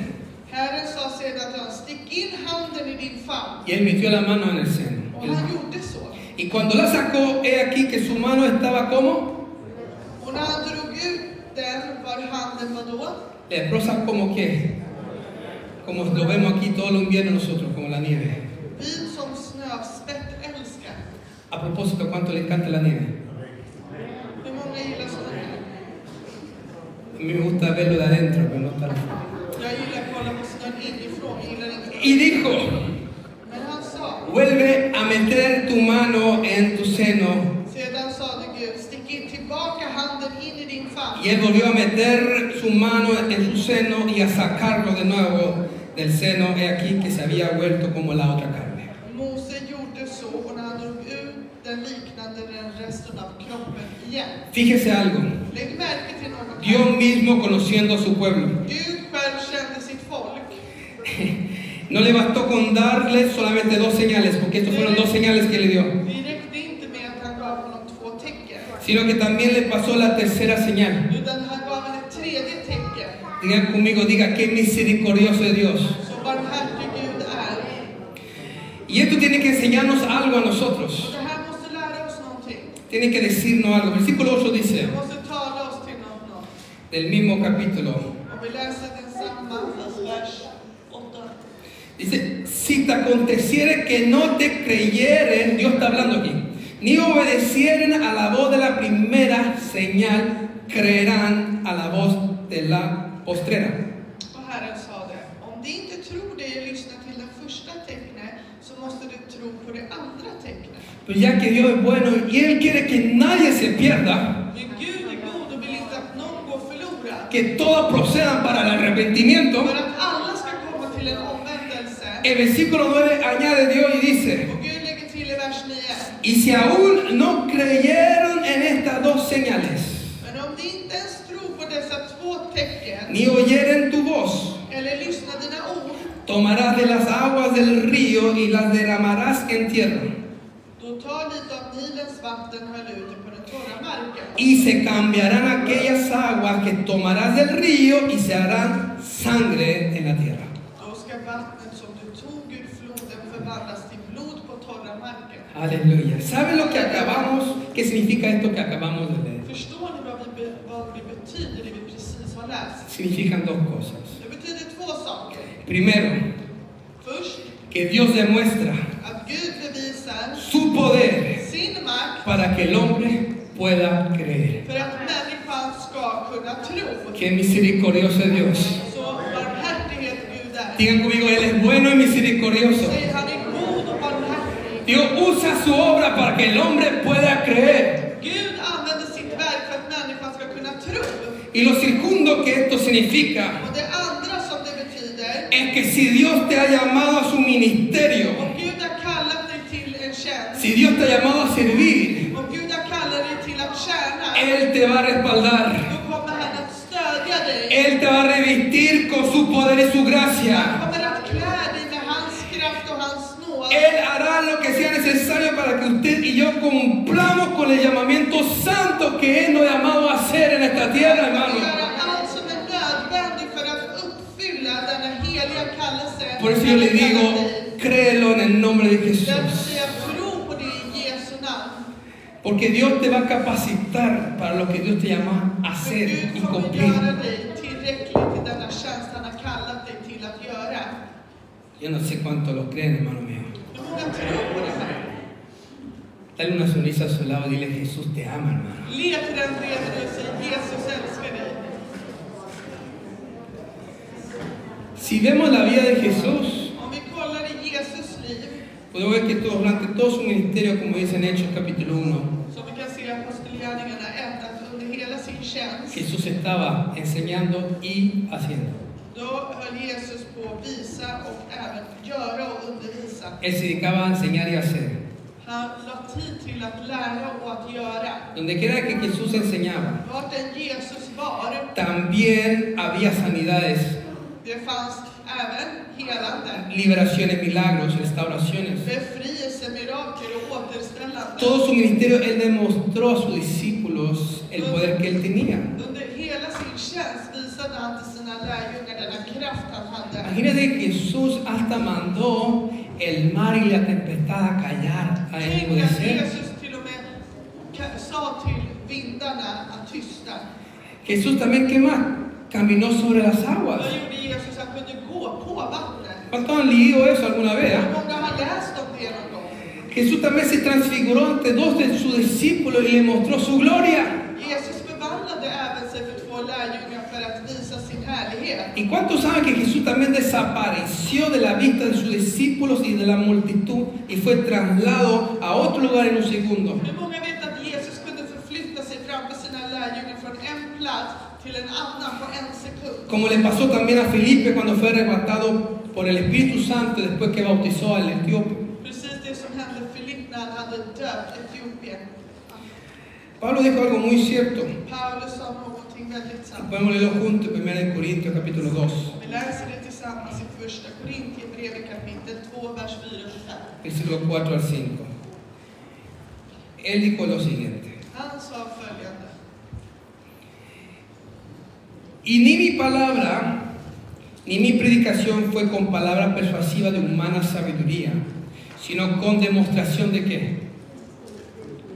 B: Herren sa sedan till honom, stick in handen i din famn.
A: Y él metió la mano en el seno.
B: Och han gjorde så.
A: Y cuando la sacó, he aquí que su mano estaba como
B: Och när han drog ut den var handen vadå?
A: leprosa, como que, como lo vemos aquí todos los inviernos nosotros, como la nieve.
B: Vit som snöspett älskar.
A: A propósito, ¿cuánto le encanta la nieve?
B: Hur många gillar sådana här?
A: me gusta verlo de adentro, pero no estar afuera.
B: Jag gillar att kolla på snön inifrån, jag gillar inte...
A: Y dijo,
B: Men han sa,
A: vuelve a meter tu mano en tu seno.
B: sedan sade Gud, stick in tillbaka handen in i din famn.
A: Y él volvió a meter su mano en su seno y a sacarlo de nuevo del seno. He aquí que se había vuelto como la otra carne.
B: Mose gjorde så och när han drog ut den liknande den resten av kroppen igen.
A: Fíjese algo.
B: Lägg märke till något. här.
A: Dios mismo conociendo a su pueblo.
B: Gud själv kände sitt folk.
A: No le bastó con darle solamente dos señales, porque estas fueron dos señales que le dio.
B: Det räckte inte med att han gav honom två tecken.
A: Sino que también le pasó la tercera señal.
B: Utan han gav henne ett tredje tecken.
A: Diga conmigo, diga qué misericordioso es Dios.
B: Så barmhärtig Gud är.
A: Y esto tiene que enseñarnos algo a
B: Och
A: nosotros.
B: det här måste lära oss någonting.
A: Tiene que decirnos algo. Versículo 8 dice,
B: Det måste tala oss till någon.
A: del mismo capítulo,
B: Och vi läser den samma vers 8.
A: dice, si te aconteciere que no te creyeren, Dios está hablando aquí, ni obedecieren a la voz de la primera señal, creerán a la voz de la postrera.
B: Och Herren sade, om du inte tror det jag lyssnar till det första tecknet så måste du tro på det andra tecknet.
A: Pero ya que Dios es bueno y Él quiere que nadie se pierda,
B: Men Gud är god och vill inte att någon går förlorad.
A: que todos procedan para el arrepentimiento,
B: För att alla ska komma till en omvändelse.
A: el versículo 9 añade Dios y dice,
B: Och Gud lägger till i vers 9.
A: Y si aún no creyeron en estas dos señales,
B: Men om ni inte ens tror på dessa två tecken
A: ni oyeren tu voz,
B: eller lyssnar dina ord,
A: tomarás de las aguas del río y las derramarás en tierra,
B: då tar lite av Nilens vatten och häll ut det på den torra marken.
A: y se cambiarán aquellas aguas que tomarás del río y se harán sangre en la tierra.
B: Då ska vattnet som du tog ur floden förvandlas till blod på torra marken.
A: Aleluya. ¿Saben lo que acabamos? ¿Qué significa esto que acabamos de leer?
B: Förstår ni vad, vi, be- vad det betyder, det vi precis har läst?
A: Significan dos cosas.
B: Det betyder två saker.
A: Primero,
B: Först,
A: que Dios demuestra
B: att Gud bevisar
A: su poder
B: sin makt
A: para que el hombre pueda creer.
B: För att människan ska kunna tro.
A: Qué misericordioso es Dios.
B: Så barmhärtighet Gud är.
A: Digan conmigo, Él es bueno y misericordioso.
B: Säg han är god och barmhärtig.
A: Dios usa su obra para que el hombre pueda creer.
B: Gud använder sitt verk för att människan ska kunna tro.
A: Y lo segundo que esto significa
B: Och det andra som det betyder,
A: es que si Dios te ha llamado a su ministerio,
B: om Gud har kallat dig till en tjänst,
A: si Dios te ha llamado a servir,
B: om Gud har kallat dig till att tjäna,
A: Él te va a respaldar.
B: då kommer han att stödja dig.
A: Él te va a revestir con su poder y su
B: Han
A: gracia.
B: kommer att klä dig med hans kraft och hans nåd.
A: Él hará lo que sea necesario para que usted y yo cumplamos con el llamamiento santo que Él nos ha llamado a hacer en esta tierra,
B: Han
A: hermano.
B: kommer göra allt som är nödvändigt för att uppfylla denna heliga kallelse.
A: Por eso yo le digo, créelo en el nombre de
B: Därför
A: Jesús.
B: säger jag tro på det i Jesu namn.
A: Porque Dios te va a capacitar para lo que Dios te llama a
B: För
A: hacer y
B: Gud kommer
A: cumplir.
B: göra dig tillräcklig till denna tjänst han har kallat dig till att göra.
A: Yo no sé cuánto lo creen, hermano mío.
B: Du vågar tro på det här.
A: Dale una sonrisa a su lado y dile, Jesús te ama, hermano.
B: Le till den vrede och säg Jesus älskar dig.
A: Si vemos la vida de Jesús,
B: Om vi kollar i Jesus liv,
A: podemos ver que todo- durante todo su ministerio, como dice en Hechos capítulo 1,
B: som vi kan se i apostelgärningarna ända under hela sin tjänst,
A: Jesús estaba enseñando y haciendo.
B: då höll Jesus på att visa och även göra och undervisa.
A: Él se dedicaba a enseñar y hacer.
B: Han la tid till att lära och att göra.
A: Donde quiera que Jesús enseñaba,
B: Vart än Jesus var,
A: también había sanidades
B: det fanns även helande,
A: liberaciones, milagros, restauraciones.
B: befrielse, mirakel och återställande.
A: Todo su ministerio él demostró a sus discípulos el poder que él tenía.
B: Under hela sin tjänst visade han till sina lärjungar denna kraft han hade.
A: Imagínate que Jesús hasta mandó el mar y la tempestad a callar, a
B: Tänk att
A: enmudecer.
B: Jesus till och med ka- sa till vindarna att tysta.
A: Jesús también, ¿qué más? Caminó sobre las aguas.
B: Vad gjorde Jesus? Han kunde gå på vattnet.
A: ¿Cuántos han leído eso alguna vez?
B: Hur
A: ah?
B: många har läst om det någon gång?
A: Jesús también se transfiguró ante dos de sus discípulos y le mostró su gloria.
B: Jesus förvandlade även sig för två lärjungar för att visa sin härlighet.
A: ¿Y cuántos saben que Jesús también desapareció de la vista de sus discípulos y de la multitud y fue trasladado a otro lugar en un segundo?
B: Hur många vet att Jesus kunde förflytta sig framför sina lärjungar från en plats till en annan på en sekund?
A: Como le pasó también a Felipe cuando fue arrebatado por el Espíritu Santo después que bautizó al etíope.
B: Precis det som hände Filipp när han hade döpt Etiopien.
A: Pablo dijo algo muy cierto.
B: Paulus sa någonting väldigt sant.
A: Podemos leerlo juntos en 1 Corintios capítulo 2.
B: Vi läser det tillsammans i första Korintierbrevet kapitel 2, vers 4-5.
A: versículo 4 al 5. Él dijo lo siguiente,
B: Han sa följande.
A: y ni mi palabra, ni mi predicación fue con palabra persuasiva de humana sabiduría, sino con demostración de qué?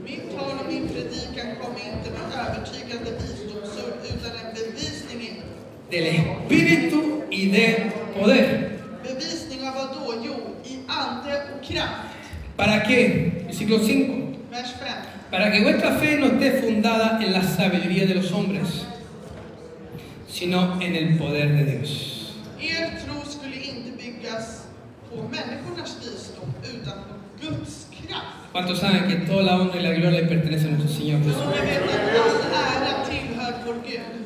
B: Mitt tal och min predikan kom inte med övertygande visdomsord utan en bevisning.
A: Del espíritu y de poder.
B: Bevisning av vad då? Jo, i ande och kraft.
A: ¿Para qué? Versículo 5.
B: Vers 5.
A: Para que vuestra fe no esté fundada en la sabiduría de los hombres, sino en el poder de Dios.
B: Er tro skulle inte byggas på människornas visdom utan på Guds kraft.
A: ¿Cuántos saben que toda la honra y la gloria le pertenece a nuestro Señor Jesús?
B: Och vi vet att all ära tillhör vår Gud.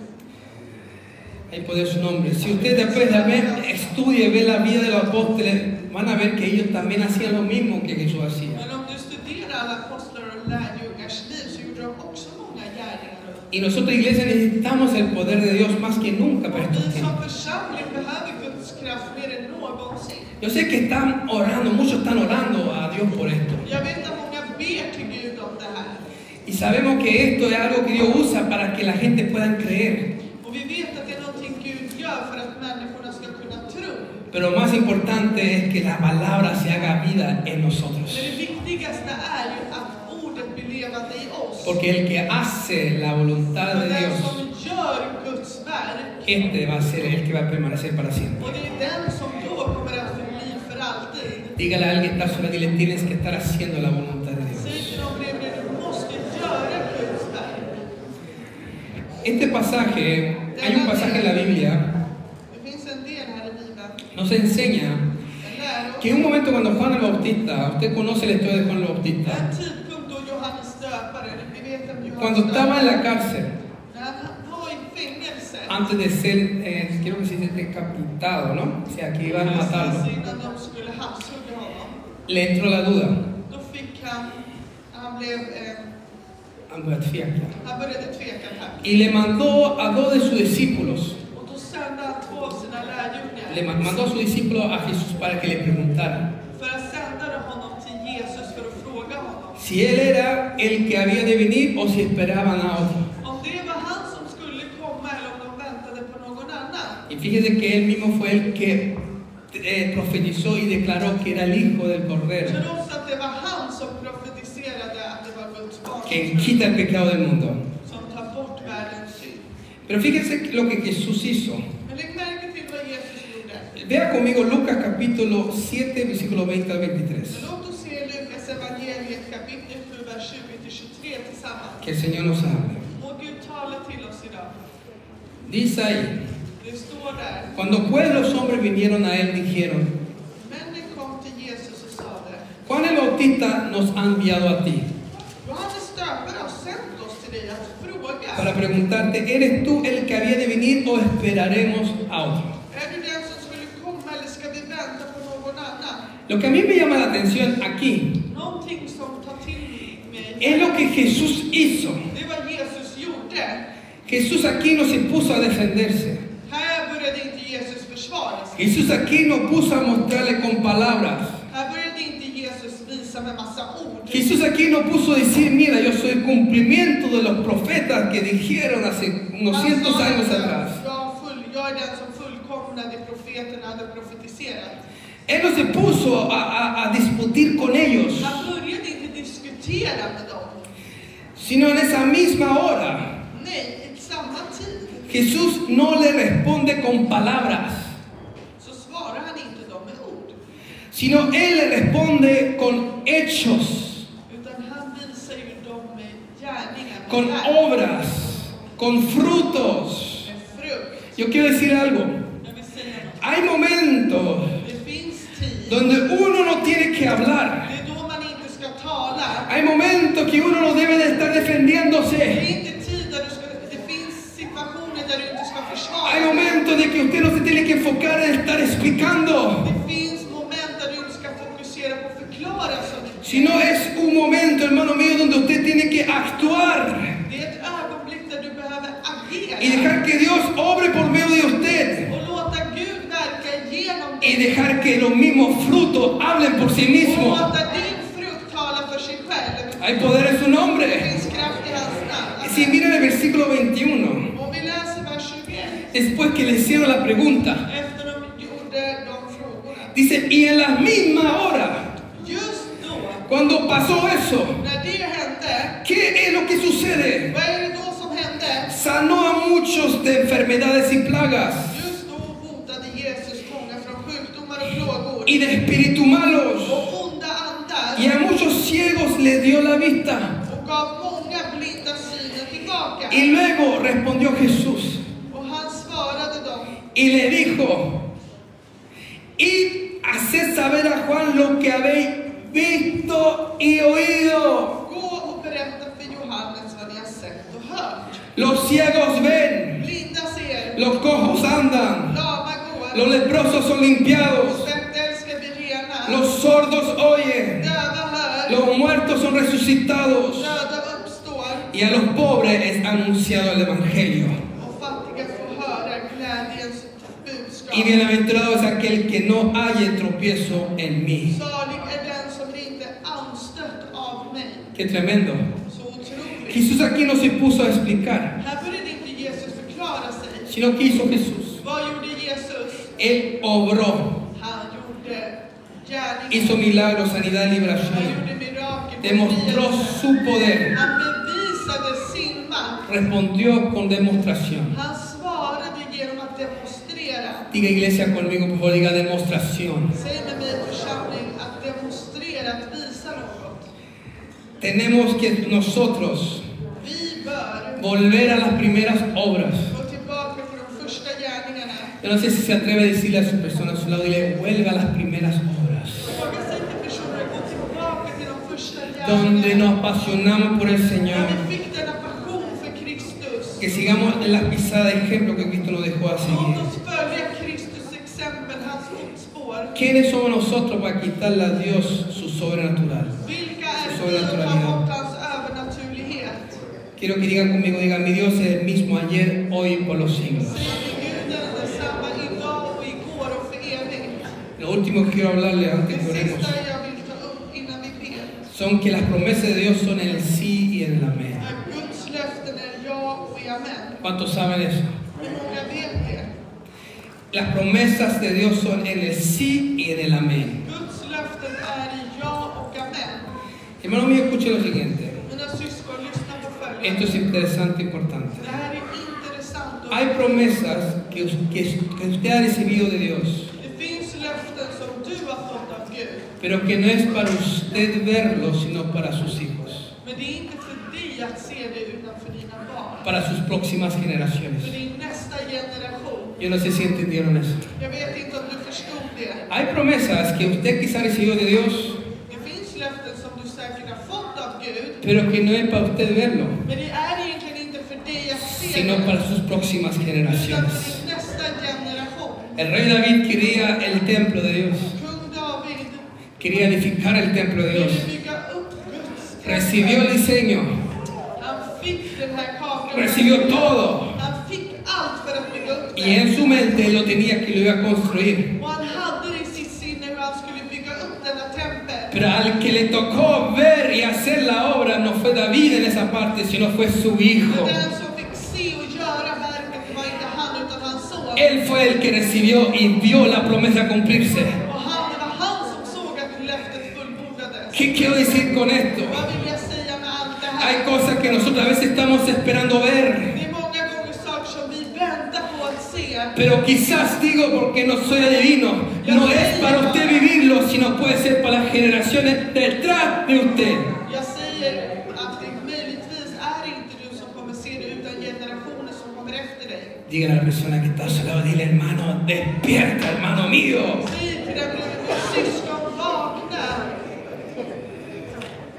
A: Hay poder en su nombre. Si usted después de ver, estudia y ve la vida de los apóstoles, van a ver que ellos también hacían lo mismo que Jesús hacía.
B: Men om du studerar alla apostlar och lärjungars liv så gjorde de också många gärningar.
A: Y nosotros, iglesia, necesitamos el poder de Dios más que nunca para
B: Och
A: estos
B: vi
A: tiempos.
B: som församling behöver Guds kraft mer än någonsin.
A: Yo sé que están orando, muchos están orando a Dios por esto.
B: Jag vet att många ber till Gud om det här.
A: Y sabemos que esto es algo que Dios usa para que la gente pueda creer.
B: Och vi vet att det är någonting Gud gör för att människorna ska kunna tro.
A: Pero lo más importante es que la palabra se haga vida en
B: Men det
A: nosotros.
B: viktigaste är ju att ordet blir levande i oss.
A: Porque el que hace la voluntad
B: Och
A: de
B: den
A: Dios,
B: som gör Guds verk,
A: este va a ser el que va a permanecer para siempre.
B: och det är den som då kommer att förbli för alltid.
A: Dígale a alguien que está sobre ti, le tienes que estar haciendo la voluntad de
B: Säg
A: Dios.
B: till dem bredvid du måste göra Guds verk.
A: Este pasaje, hay un pasaje en la Biblia,
B: Det finns en del här i Bibeln,
A: nos enseña
B: en läro.
A: que en un momento cuando Juan el Bautista, usted conoce la historia de Juan el Bautista,
B: En tidpunkt då Johannes döparen, vi vet vem Johannes
A: cuando estaba en
B: döparen
A: la cárcel,
B: När han var i fängelse,
A: antes de ser, eh, creo que se dice decapitado, ¿no? O sea, que iban a
B: precis
A: matarlo,
B: innan de skulle halshugga honom,
A: le entró la duda.
B: då fick han, han blev, eh,
A: han börjat fiacla.
B: han började tveka här.
A: Y le mandó a dos de sus discípulos,
B: Och då sände han två av sina
A: le ma-
B: lärjungar
A: mandó a sus discípulos a Jesús para que le preguntara
B: för att sända honom till Jesus för att fråga honom
A: si él era el que había de venir o si esperaban a otro.
B: om det var han som skulle komma eller om de väntade på någon annan.
A: Y fíjese que él mismo fue el que eh, profetizó y declaró que era el hijo del Cordero,
B: Trots att det var han som profetiserade att det var Guds
A: quien
B: barn
A: quita el pecado del mundo.
B: som tar bort världens synd.
A: Pero fíjense lo que Jesús hizo.
B: Men lägg märke till vad Jesus gjorde.
A: Vea conmigo Lucas capítulo 7, versículo 20 al 23.
B: Låt oss se Lukas evangeliet kapitel 7, vers 20-23 tillsammans.
A: Que el Señor nos hable.
B: Må Gud tala till oss idag.
A: Dice ahí,
B: Det står där.
A: cuando pues los hombres vinieron a él, dijeron,
B: Männen kom till Jesus och sade.
A: Juan el Bautista nos ha enviado a ti
B: Johannes döpare har sänt oss till dig att
A: para
B: fråga.
A: preguntarte, ¿eres tú el que había de venir o esperaremos a otro?
B: Är du den som skulle komma eller ska vi vänta på någon annan?
A: Lo que a mí me llama la atención aquí
B: Någonting som tar till mig.
A: es lo que Jesús hizo.
B: Det var Jesus gjorde.
A: Jesús aquí no se puso a defenderse.
B: Här började inte Jesus försvara sig.
A: Jesús aquí no puso a mostrarle con palabras.
B: Här började inte Jesus visa med massa ord.
A: Jesús aquí no puso a decir, mira, yo soy el cumplimiento de los profetas que dijeron hace unos cientos años atrás.
B: Jag, full, jag är den som fullkomnade profeterna hade profetiserat.
A: Él no se puso a, a- a discutir con ellos,
B: Han började inte diskutera med dem.
A: sino en esa misma hora.
B: Nej, i samma tid
A: Jesús no le responde con palabras,
B: så svarar han inte dem med ord.
A: sino Él le responde con hechos,
B: Utan han visar ju dem med gärningar. med
A: con
B: verk.
A: obras, con frutos.
B: med frukt.
A: Yo quiero decir algo.
B: Jag vill säga något.
A: Hay momentos
B: Det finns tid.
A: donde uno no tiene que hablar.
B: Det är då man inte ska tala.
A: Hay momentos que uno no debe de estar
B: Det
A: defendiéndose.
B: är inte tid där du ska... Det finns situationer där du inte ska försvara
A: Hay
B: dig.
A: momentos de que usted no se tiene que enfocar en estar explicando,
B: Det finns moment där du inte ska fokusera på att förklara saker.
A: sino es un momento, hermano mío, donde usted tiene que actuar
B: Det är ett ögonblick där du behöver
A: y
B: agera
A: dejar que Dios obre por medio de usted
B: och låta Gud verka genom
A: y
B: dig.
A: dejar que los mismos frutos hablen por sí
B: Och
A: mismos.
B: låta din frukt tala för sig själv.
A: Hay poder en su
B: Det
A: nombre.
B: finns kraft i hans namn.
A: Y Si mira el versículo 21,
B: Om vi läser vers 21.
A: después que le hicieron la pregunta,
B: Efter de gjorde de frågorna.
A: dice, y en la misma hora,
B: Just då,
A: cuando pasó eso,
B: när det hände,
A: ¿qué es lo que sucede?
B: vad är det då som hände?
A: Sanó a muchos de enfermedades y plagas
B: Just då botade Jesus många från sjukdomar och plågor
A: y de espíritus malos.
B: och onda
A: Y
B: andar
A: a muchos ciegos les dio la vista.
B: och gav många blinda synen tillbaka.
A: Y luego respondió Jesús
B: Och han svarade dem,
A: y le dijo, y haced saber a Juan lo que habéis visto y oído.
B: gå och berätta för Johannes vad ni har sett och hört.
A: Los ciegos ven,
B: Blinda ser,
A: los cojos andan,
B: lama
A: los
B: går,
A: leprosos son limpiados,
B: svettel ska bli rena,
A: los sordos oyen,
B: döva hör,
A: los muertos son resucitados.
B: döda uppstår
A: Y a los pobres es anunciado el Evangelio.
B: och fattiga får höra glädjens budskap.
A: Y bienaventurado es aquel que no halle tropiezo en mí.
B: Salig är den som inte är anstött av mig.
A: Qué tremendo.
B: Så otroligt.
A: Jesús aquí no se puso a explicar,
B: Här började inte Jesus förklara sig.
A: sino que hizo Jesús.
B: Vad gjorde Jesus?
A: Él obró,
B: Han gjorde gärningar.
A: hizo milagros, sanidad,
B: Han
A: liberación.
B: gjorde mirakel.
A: Demostró su poder.
B: Han bevisade sin makt.
A: Respondió con demostración.
B: Han svarade genom att demonstrera.
A: Diga iglesia conmigo, por favor, diga demostración.
B: Säg med mig församling att demonstrera, att visa något.
A: Tenemos que nosotros
B: Vi bör
A: volver a las primeras obras.
B: gå tillbaka till de första gärningarna.
A: Yo no sé si se atreve a decirle a su persona a su lado, dile, vuelve a las primeras obras.
B: Fråga sig till personer, gå tillbaka till de första
A: donde
B: gärningarna.
A: nos apasionamos por el Señor,
B: När vi fick denna passion för Kristus.
A: que sigamos en las pisadas de ejemplo que Cristo nos dejó a
B: Låt
A: seguir.
B: oss följa Kristus exempel, hans fotspår.
A: ¿Quiénes somos nosotros para quitarle a Dios su sobrenatural?
B: Vilka är
A: Så
B: vi att ta
A: naturliga.
B: bort hans övernaturlighet?
A: Quiero que digan conmigo, digan, mi Dios es el mismo ayer, hoy y por los siglos.
B: Säger Gud är densamma idag och igår och för evigt.
A: Lo último que quiero hablarle
B: Det
A: antes que oremos
B: sista jag vill ta upp innan vi ber.
A: son que las promesas de Dios son el sí y el amén.
B: är Guds löften är ja och amen.
A: ¿Cuántos saben eso?
B: Hur många vet det?
A: Las promesas de Dios son en el sí y en el amén.
B: Guds löften är i ja och amen.
A: Hermano mío, escuche lo siguiente.
B: Mina syskon, lyssna på följande.
A: Esto es interesante e importante.
B: Det här är intressant.
A: Hay
B: Och
A: promesas que, us- que- que usted ha recibido de Dios,
B: det finns löften som du har fått av Gud.
A: pero que no es para usted verlos, sino para sus hijos,
B: Men det är inte för dig att se det utan för dina barn.
A: para sus próximas
B: För
A: generaciones.
B: din nästa generation.
A: Yo no sé si entendieron eso.
B: Jag vet inte om du förstod det.
A: Hay promesas que usted quizá recibió de Dios,
B: Det finns löften som du säkert har fått av Gud.
A: pero que no es para usted verlo,
B: Men det är egentligen inte för dig att se
A: sino
B: det.
A: para sus próximas
B: Utan
A: generaciones.
B: för din nästa generation.
A: El rey David quería el templo de Dios,
B: Kung David
A: quería edificar el templo de Dios.
B: ville bygga upp Guds
A: Recibió el diseño,
B: Han fick den här kakan.
A: recibió todo,
B: Han fick allt för att bygga upp
A: y
B: den.
A: en su mente lo tenía que lo iba a construir.
B: Och han hade det i sitt sinne hur han skulle bygga upp denna tempel.
A: Pero al que le tocó ver y hacer la obra no fue David en esa parte, sino fue su hijo.
B: Men den som fick se och göra verket var inte han utan hans son.
A: Él fue el que recibió y vio la promesa cumplirse.
B: Och han, det var han som såg att löftet fullbordades.
A: ¿Qué quiero decir con esto?
B: Vad vill jag säga med allt det
A: Hay
B: här?
A: cosas que nosotros a veces estamos esperando ver,
B: Det är många gånger saker som vi väntar på att se.
A: pero quizás digo porque no soy adivino, no es para usted vivirlo, sino puede ser para las generaciones detrás de usted.
B: Jag säger att det möjligtvis är inte du som kommer se det utan generationer
A: Diga a la persona que está a su lado, dile hermano, despierta hermano mío.
B: Säg till den bredvid ditt syskon, vakna!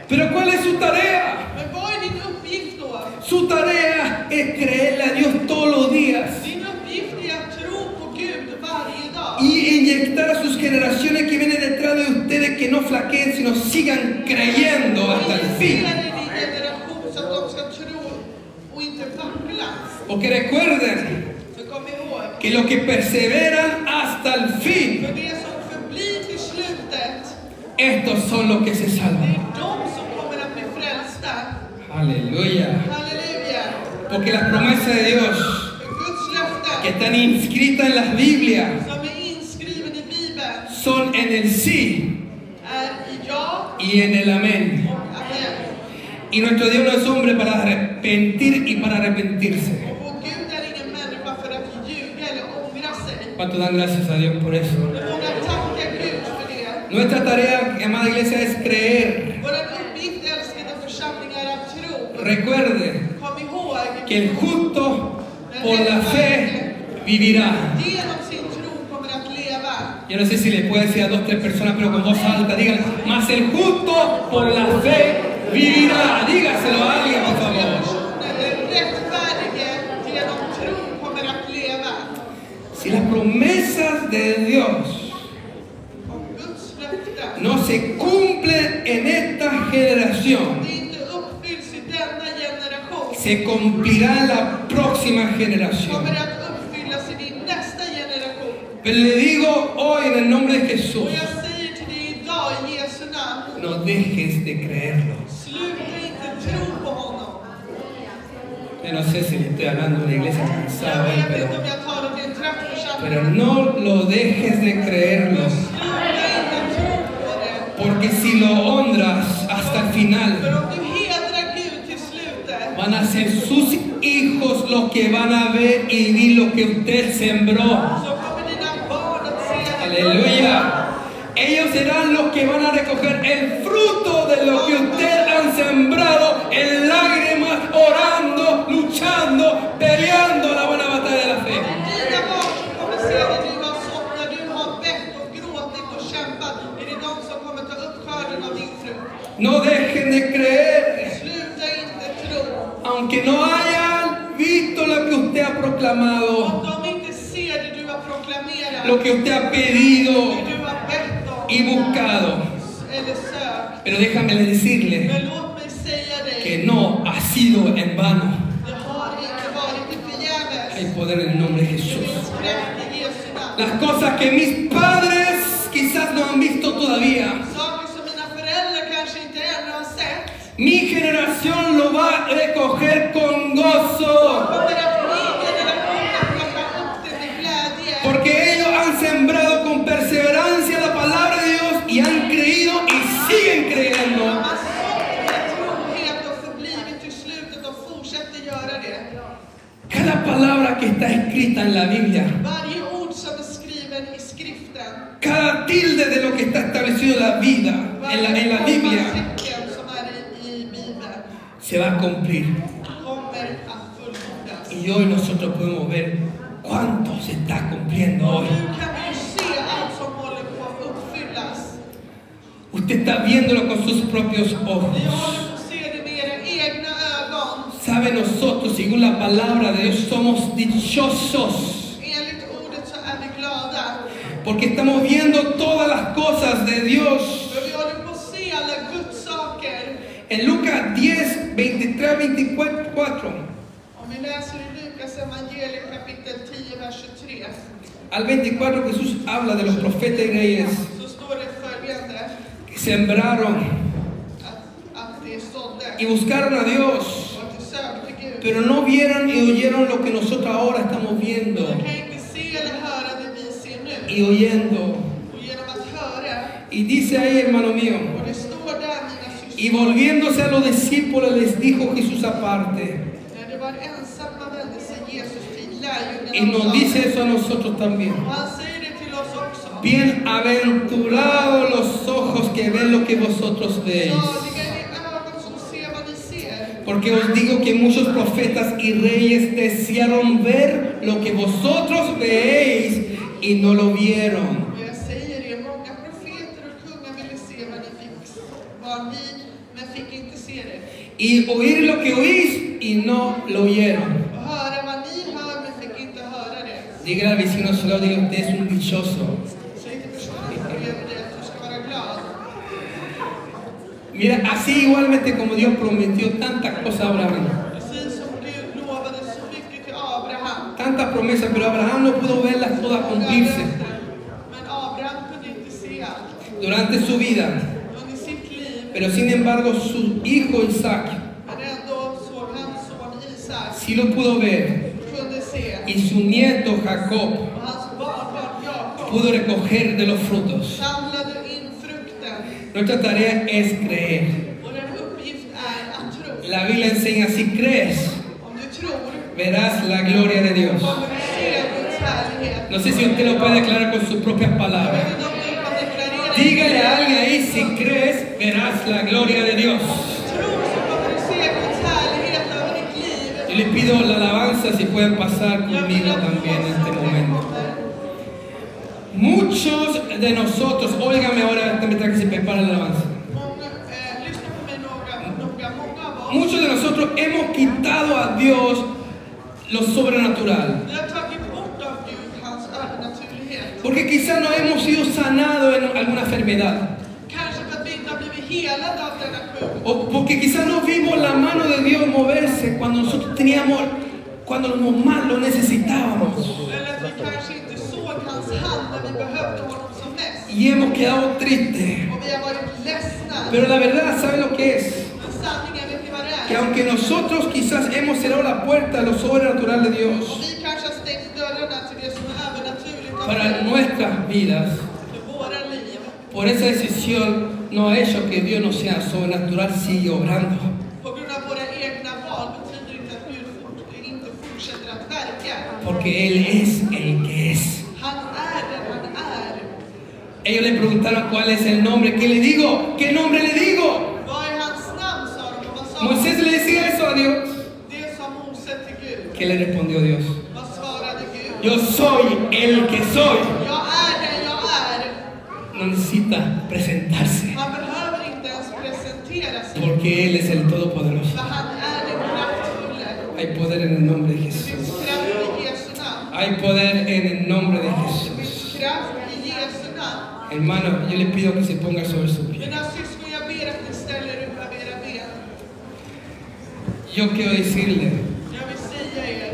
A: Pero ¿cuál es su tarea?
B: Men vad är din uppgift då?
A: Su tarea es creerle a Dios todos los días
B: Din uppgift är att tro på Gud varje dag
A: y inyectar a sus generaciones que vienen detrás de ustedes que no flaqueen, sino sigan creyendo
B: och
A: hasta el fin.
B: investera i din generation så att de ska tro och inte vackla.
A: Porque recuerden
B: För kom ihåg,
A: que los que perseveran hasta el fin,
B: för det som förblir till slutet,
A: estos son los que se
B: det
A: salvan.
B: är de som kommer att bli frälsta.
A: Aleluya.
B: Halleluja!
A: Porque las promesas de Dios
B: För Guds
A: que
B: löften
A: están inscritas en las Biblias
B: som är inskriven i Bibeln
A: son en el sí
B: är i ja
A: y en el amén.
B: och amen.
A: Y nuestro Dios no es hombre para arrepentir y para arrepentirse.
B: Och vår Gud är ingen människa för att ljuga eller ångra sig.
A: ¿Cuánto dan gracias a Dios por eso?
B: Men våga tacka Gud för det.
A: Nuestra tarea, amada iglesia, es creer.
B: Vår uppgift, älskade församling, är att tro.
A: Recuerde
B: Kom ihåg,
A: que el justo por la fe vivirá.
B: genom sin tro kommer att leva.
A: Yo no sé si le puede decir a dos, tres personas, pero con voz alta, digan, mas el justo por la fe vivirá. Dígaselo a alguien, por favor.
B: Den rättfärdige genom tro kommer att leva.
A: Si las promesas de Dios
B: Och Guds löften,
A: no se cumplen en esta generación,
B: det inte uppfylls i denna generation,
A: se cumplirá en la próxima generación.
B: kommer att uppfyllas i din nästa generation.
A: Pero le digo hoy en el nombre de Jesús,
B: Och jag säger till dig idag i Jesu namn,
A: no dejes de creerlo.
B: sluta inte tro på honom.
A: Yo no sé si le estoy hablando a una iglesia
B: Jag
A: cansada, hoy,
B: vet inte
A: pero,
B: om jag talar till en
A: pero
B: trappförsamling.
A: no lo dejes de creerlo.
B: Sluta inte tro på det.
A: Porque si lo honras hasta el final,
B: För om du hedrar Gud till slutet,
A: van a ser sus hijos los que van a ver y vi lo que usted sembró.
B: så kommer dina barn att se dig.
A: Aleluya. Ellos serán los que van a recoger el fruto de lo que usted han sembrado en lágrimas, orando, luchando, peleando la buena batalla de la fe.
B: Dina barn som kommer se dig driva och sått när du har bett och gråtit och kämpat, är det de som kommer ta upp skörden av din frukt.
A: No dejen de creer.
B: Sluta inte tro.
A: Aunque no hayan visto lo que usted ha proclamado,
B: Om de inte ser det du har
A: lo
B: proklamerat,
A: que usted ha pedido
B: det du har bett om
A: y buscado.
B: eller sökt.
A: Pero déjame decirle
B: Men låt mig säga dig,
A: que no ha sido en vano.
B: det har inte varit i
A: Hay
B: förgäves.
A: poder en el nombre de
B: Det
A: Jesús.
B: finns kraft i Jesu namn.
A: Las cosas que mis padres quizás no han visto todavía,
B: Saker som mina föräldrar kanske inte ännu har sett,
A: mi generación lo va a recoger con gozo.
B: kommer att min generation att plocka upp det med glädje.
A: Porque ellos han sembrado con perseverancia la palabra de Dios y han creído y siguen creyendo.
B: Man såg med trohet och förblivit till slutet och fortsätter göra det.
A: Cada palabra que está escrita en la Biblia,
B: Varje ord som är skriven i skriften,
A: cada tilde de lo que está establecido en la vida, en la, en
B: varje
A: la Biblia,
B: kommatecken som är i, i Bibeln,
A: se va a cumplir.
B: kommer att fullbordas.
A: Y hoy nosotros podemos ver cuánto se está cumpliendo hoy.
B: Nu kan vi ju se allt som håller på att uppfyllas.
A: Usted está viéndolo con sus propios
B: Ni
A: ojos.
B: håller på att se det med era egna ögon.
A: Sabe nosotros, según la palabra de Dios, somos dichosos.
B: Enligt ordet så är vi glada.
A: Porque estamos viendo todas las cosas de Dios.
B: För vi håller på att se alla Guds saker.
A: En Lucas 10, 23, 24
B: Om vi läser i Lukas evangelium kapitel 10, vers 23,
A: al 24, Jesús habla de los profetas y reyes.
B: så står det följande,
A: que sembraron
B: att, att det
A: y
B: sådde
A: buscaron a Dios,
B: och att det sökte Gud.
A: pero no vieron y oyeron lo que nosotros ahora estamos viendo
B: De kan inte se eller höra det vi ser nu.
A: y oyendo.
B: Och genom att höra,
A: Y dice ahí, hermano mío,
B: och det står där mina
A: y
B: systrar,
A: volviéndose a los discípulos les dijo Jesús aparte,
B: när det var ensamma vände sig Jesus till lärjungarna
A: y nos
B: och sa-
A: dice eso a nosotros también.
B: och han säger det till oss också.
A: Bienaventurados los ojos que ven lo que vosotros veis,
B: Saliga är de ögon som ser vad ni ser,
A: Porque os digo que muchos profetas y reyes desearon ver lo que vosotros veéis y no lo vieron.
B: Och jag säger er, många profeter och kungar ville se vad ni fick, vad ni, men fick inte se det.
A: Y oír lo que oís y no lo oyeron.
B: Och höra vad ni hör, men fick inte höra det.
A: Dígale al vecino a su lado, diga usted es un dichoso.
B: Så inte försvara dig över det, att du ska vara glad.
A: Mira, así igualmente como Dios prometió tantas cosas a Abraham,
B: Precis som Gud lovade så mycket till Abraham.
A: tantas promesas, pero Abraham no pudo verlas todas cumplirse
B: Men Abraham kunde inte se allt
A: durante su vida.
B: under sitt liv.
A: Pero sin embargo, su hijo Isaac
B: Men ändå såg hans son Isak,
A: sí lo pudo ver
B: kunde se,
A: y su nieto Jacob
B: och hans barnbarn Jakob
A: pudo recoger de los frutos.
B: samlade in frukten.
A: Nuestra tarea es creer.
B: Och den uppgift är att tro.
A: La Biblia enseña, si crees,
B: Om du tror
A: verás la gloria de Dios.
B: kommer du se Guds härlighet.
A: No sé si usted lo puede declarar con sus propias
B: Jag
A: palabras.
B: vet inte om du typ kan deklarera
A: Dígale a alguien ahí, si crees, verás la gloria de Dios.
B: Tror så kommer du se Guds härlighet över ditt
A: Yo
B: liv.
A: les pido la alabanza si pueden pasar
B: Jag vill
A: conmigo
B: att du
A: también en este momento.
B: kommer.
A: Muchos de nosotros, óigame ahora mientras que se prepara la alabanza.
B: Många, eh, lyssna på mig noga, noga. Många av oss,
A: Muchos de nosotros hemos quitado a Dios lo sobrenatural.
B: vi har tagit bort av Gud hans övernaturlighet.
A: Porque quizás no hemos sido sanados en alguna enfermedad.
B: Kanske för att vi inte har blivit helade av denna sjukdom.
A: O porque quizás no vimos la mano de Dios moverse cuando nosotros teníamos, cuando nos más lo necesitábamos.
B: Eller att vi kanske inte såg hans hand när vi behövde honom som mest.
A: Y hemos quedado tristes.
B: Och vi har varit ledsna.
A: Pero la verdad, ¿saben lo que es?
B: Men sanningen, vet ni vad det
A: Que
B: är?
A: aunque nosotros quizás hemos cerrado la puerta a lo sobrenatural de
B: Och
A: Dios
B: vi kanske har stängt dörrarna till det som är övernaturligt av
A: para
B: Gud
A: nuestras vidas,
B: för våra liv.
A: por esa decisión no ha hecho que Dios no sea sobrenatural, sigue obrando.
B: På grund av våra egna val betyder inte att Gud fort, inte fortsätter att verka.
A: Porque Él es el que es.
B: Han är den han är.
A: Ellos le preguntaron cuál es el nombre. ¿Qué le digo? ¿Qué nombre le digo?
B: Vad är hans namn, sa de. Och vad sa
A: Moisés
B: de?
A: le decía eso a Dios.
B: Det sa Mose till Gud.
A: ¿Qué le respondió Dios?
B: Vad svarade Gud?
A: Yo soy el que soy.
B: Jag är den jag är.
A: No necesita presentarse.
B: Han behöver inte ens presentera sig,
A: Porque Él es el Todopoderoso.
B: för han är den kraftfulle.
A: Hay poder en el nombre de
B: Det finns
A: Jesús.
B: kraft i Jesu namn.
A: Hay poder en el nombre de
B: Det
A: Jesús.
B: finns kraft i Jesu namn.
A: Hermano, yo le pido que se ponga sobre su pie.
B: Mina syskon, jag ber att ni ställer upp av era ben.
A: Yo quiero decirle,
B: Jag vill säga er,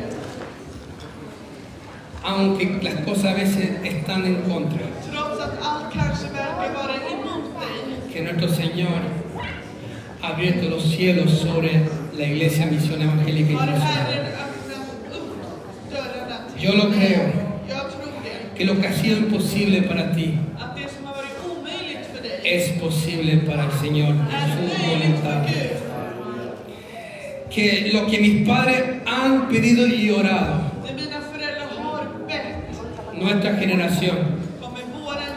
A: aunque las cosas a veces están en contra,
B: trots att allt kanske verkar vara emot dig,
A: que nuestro Señor ha abierto los cielos sobre la iglesia misión evangélica.
B: har
A: Internacional.
B: Herren öppnat upp dörrarna till
A: Yo lo
B: dig.
A: creo.
B: Jag tror det.
A: Que lo que ha sido imposible para ti
B: Att det som har varit omöjligt för dig
A: es posible para el Señor.
B: är
A: Su
B: möjligt
A: voluntad.
B: för Gud.
A: Que lo que mis padres han pedido y orado,
B: Det mina föräldrar har bett
A: nuestra generación
B: kommer våran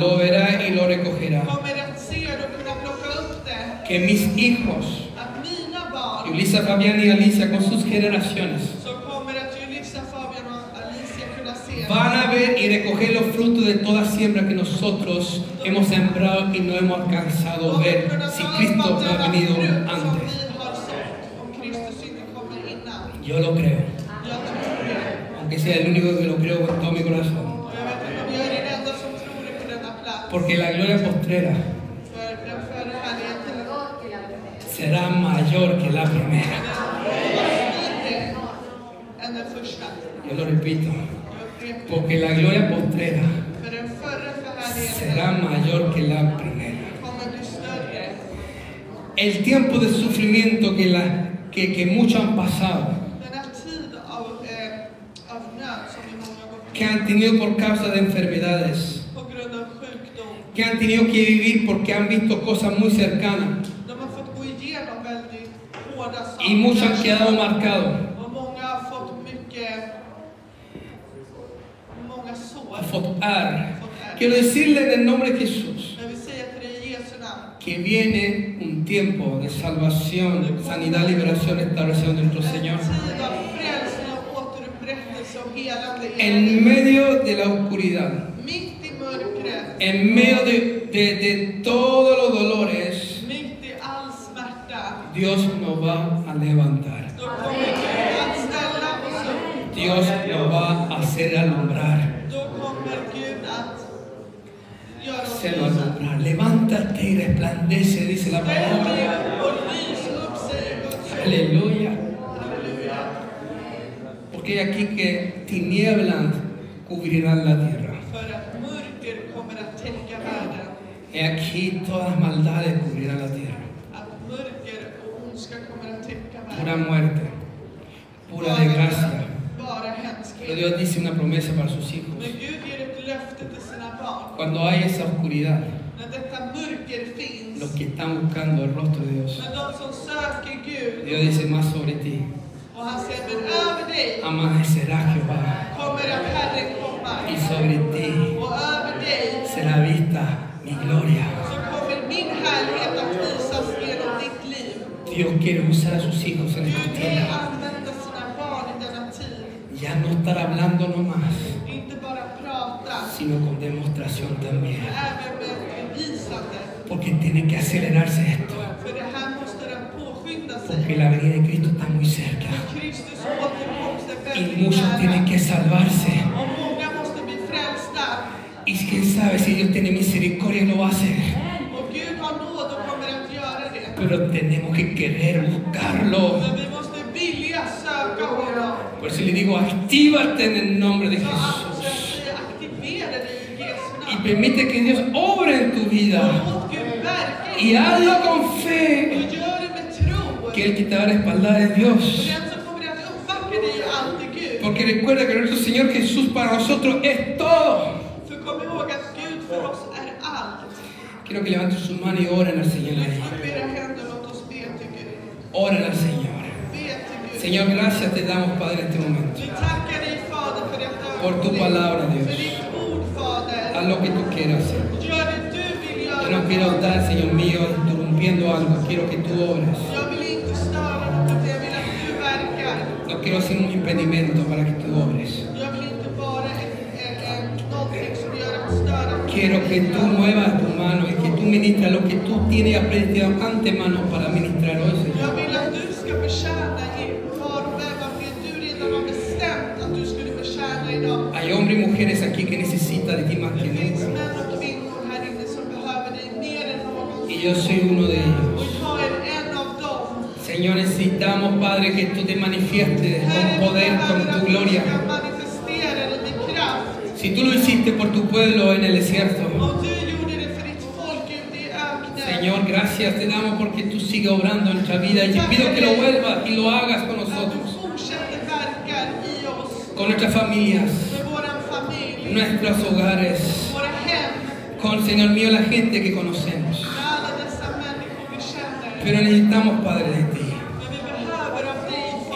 A: lo
B: generation
A: verá y lo recogerá.
B: kommer att se och kunna plocka upp det.
A: que mis hijos,
B: Att mina barn
A: Yulisa, Fabián y Alicia, con sus generaciones,
B: som kommer att Julissa, Fabian och Alicia kunna se
A: van a ver y recoger los frutos de toda siembra que nosotros hemos sembrado y no hemos alcanzado a ver si Cristo no ha venido antes. Yo lo creo, aunque sea el único que lo creo con todo mi corazón, porque la gloria postrera será mayor que la primera. Yo lo repito, porque la gloria postrera será mayor que la primera. El tiempo de sufrimiento que, la, que, que muchos han pasado,
B: eh,
A: que han tenido por causa de enfermedades,
B: På grund av sjukdom.
A: que han tenido que vivir porque han visto cosas muy cercanas
B: De har fått gå igenom väldigt hårda saker.
A: y muchos han quedado marcados,
B: Och många har fått mycket... Många sår.
A: a fotar.
B: Fått ärr.
A: Quiero decirle en el nombre de Jesús
B: Jag vill säga till dig i Jesu namn.
A: que viene un tiempo de salvación, sanidad, liberación, restauración de nuestro Señor.
B: En tid av frälsning och återupprättelse och helande i
A: En
B: världen.
A: medio de la oscuridad,
B: Mitt i mörkret,
A: en medio de, de- de todos los dolores,
B: mitt i all smärta,
A: Dios nos va a levantar.
B: då kommer Gud att ställa oss upp.
A: Dios nos va a hacer alumbrar.
B: Då kommer Gud att göra oss
A: Se lo
B: ljusa.
A: alumbrar. Levántate y resplandece, dice la
B: Vänd
A: palabra.
B: er och lys upp, säger Guds ord.
A: Aleluya.
B: Halleluja.
A: Porque he aquí que tinieblas cubrirán la tierra.
B: För att mörker kommer att täcka världen.
A: He aquí todas maldades cubrirán la tierra.
B: Att mörker och ondska kommer att täcka
A: Pura
B: världen.
A: muerte, pura desgracia.
B: Bara
A: Pero
B: hemskhet.
A: Dios dice una promesa para sus hijos.
B: Men Gud ger ett löfte till sina barn.
A: Cuando hay esa oscuridad,
B: När detta mörker
A: los
B: finns,
A: que están buscando el rostro de Dios,
B: när de som söker Gud
A: Dios dice más sobre ti.
B: och han sänder över dig,
A: Amanecerá Jehová
B: kommer att Herren komma.
A: y sobre ti
B: Och över dig
A: será vista mi gloria.
B: så kommer min härlighet att visas genom ditt liv.
A: Dios quiere usar a sus hijos en
B: Gud
A: estos
B: vill
A: tiempos.
B: använda sina barn i denna tid.
A: Ya no estar hablando nomás,
B: Inte bara prata,
A: sino con demostración
B: men
A: también.
B: även med bevisande.
A: Porque tiene que acelerarse esto.
B: För det här måste den påskynda
A: Porque
B: sig.
A: la venida de Cristo está muy cerca.
B: För Kristus återkomst är
A: Y
B: väldigt
A: muchos tienen
B: nära.
A: que salvarse.
B: Och många måste bli frälsta.
A: Y quién sabe si Dios tiene misericordia y lo va a hacer.
B: Och Gud har nåd och kommer att göra det.
A: Pero tenemos que querer buscarlo.
B: Men vi måste vilja söka honom.
A: Por eso le digo, actívate en el nombre de
B: Så
A: Jesús.
B: att vi aktiverar dig i Jesu
A: Y
B: namn.
A: permite que Dios obre en tu vida.
B: Låt Gud verka i
A: Y hazlo con fe.
B: dig. Och gör det med tro.
A: Que Él quitará la espalda de
B: Och
A: Dios.
B: den som kommer att uppbacka dig är alltid Gud.
A: Porque recuerda que nuestro Señor Jesús para nosotros es todo.
B: För kom ihåg att Gud för oss är allt.
A: Quiero que levanten su mano y oren al Señor.
B: Lyft upp era händer och låt oss be till Gud.
A: Oren al Señor.
B: Be till Gud.
A: Señor, gracias te damos, Padre, en este momento.
B: Vi tackar dig Fader för detta
A: Por tu
B: ögonblick.
A: palabra, Dios.
B: För ditt ord
A: Haz
B: Fader.
A: lo que tú quieras hacer.
B: Gör det du vill göra.
A: Yo no quiero estar, Señor mío, interrumpiendo algo. Quiero que tú obres.
B: Jag vill inte störa något. Jag vill att du verkar.
A: No quiero ser un impedimento para que tú obres.
B: Jag vill inte vara en, en, en, någonting som gör att störa.
A: Quiero que tú muevas tu mano y que tú ministras lo que tú tienes aprendido antemano para ministrar hoy, Señor.
B: Jag vill att du ska betjäna i var och en av det du redan har bestämt att du skulle betjäna idag.
A: Hay hombres y mujeres aquí que necesitan de ti más que
B: Det finns
A: nunca.
B: män och kvinnor här inne som behöver dig mer än någonsin.
A: Y yo soy uno de
B: Och
A: ellos.
B: jag är en av dem.
A: Señor, necesitamos, Padre, que tú te manifiestes con poder, con tu gloria. Si tú lo hiciste por tu pueblo en el desierto, Señor, gracias te damos porque tú sigues obrando en nuestra vida. Y te pido que lo vuelvas y lo hagas con nosotros, con nuestras familias, nuestros hogares, con, Señor mío, la gente que conocemos. Pero necesitamos, Padre, de ti.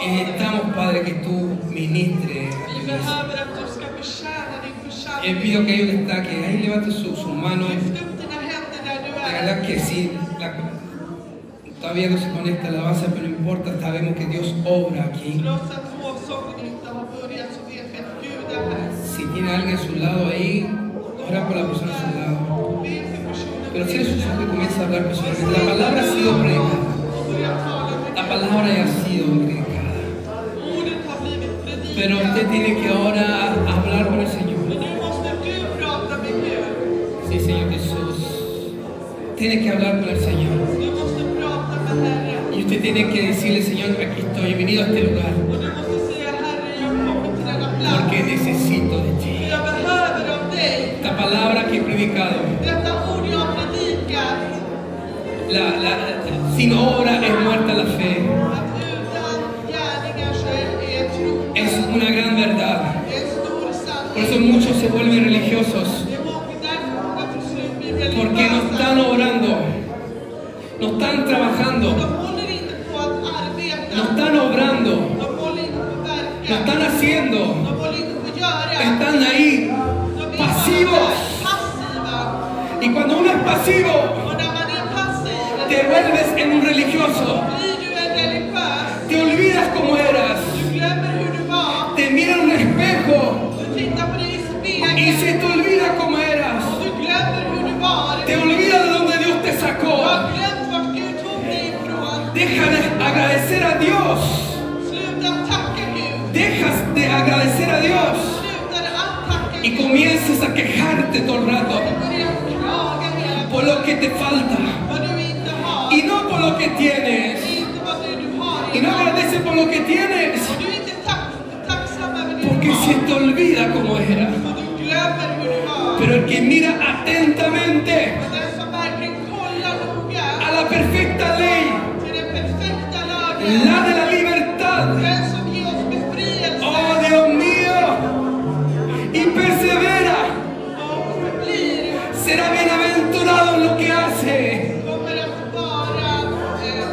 A: Y necesitamos, Padre, que tú ministres. a tu iglesia. Y pido que ellos destaquen. Ahí levante su, su mano. La verdad que sí, la- todavía no se conecta la base, pero no importa, sabemos que Dios obra aquí.
B: Trots att lovsången inte har börjat så vet vi att Gud är här.
A: Si tiene alguien a su lado ahí, ora por la persona a su lado. Pero si sus ojos y comienza a hablar personalmente, la palabra ha sido predicada, la palabra ya ha sido predicada. Pero usted tiene que ahora hablar con el Señor. Sí, Señor Jesús. Tiene que hablar con el Señor. Y usted tiene que decirle, Señor, aquí estoy, he venido a este lugar porque necesito de ti. Esta palabra que he predicado, la, la- sin obra es muerta la fe. Es una gran verdad. Por eso muchos se vuelven religiosos, porque no están obrando, no están
B: De
A: trabajando,
B: håller inte på att arbeta.
A: no están obrando,
B: De håller inte
A: no
B: på att verka.
A: están
B: De
A: haciendo,
B: håller inte på att göra.
A: están ahí
B: De är
A: pasivos.
B: passiva.
A: Y cuando uno es pasivo,
B: Och när man är passiv
A: te vuelves en un religioso.
B: Blir du en religiös,
A: Te olvidas cómo eras.
B: du glömmer hur du var,
A: Te miras en un espejo
B: du tittar på dig i
A: y se
B: spegeln
A: te olvida cómo eras.
B: och du glömmer hur du var.
A: Te olvidas de donde Dios te
B: Du
A: sacó.
B: har glömt vart Gud tog dig ifrån.
A: Deja de agradecer a Dios.
B: Sluta tacka Gud.
A: Dejas de agradecer a Dios
B: Sluta att tacka
A: y
B: Gud.
A: comienzas a quejarte todo el rato
B: Börja klaga hela
A: por lo que te falta
B: vad du inte har.
A: y no por lo que
B: Det
A: tienes.
B: är inte vad det du har
A: Y no
B: idag.
A: agradeces por lo que tienes
B: Och du är inte tack- tacksam över det du
A: porque se
B: har.
A: te olvida cómo era.
B: Och du glömmer hur du var.
A: Pero el que mira atentamente
B: Men den som verkligen kollar noga
A: a la perfecta ley,
B: till den perfekta lagen.
A: la de la libertad,
B: Den som ger oss
A: oh
B: befrielse
A: Dios mío, y persevera,
B: och blir
A: será bienaventurado en lo que hace.
B: kommer att vara eh,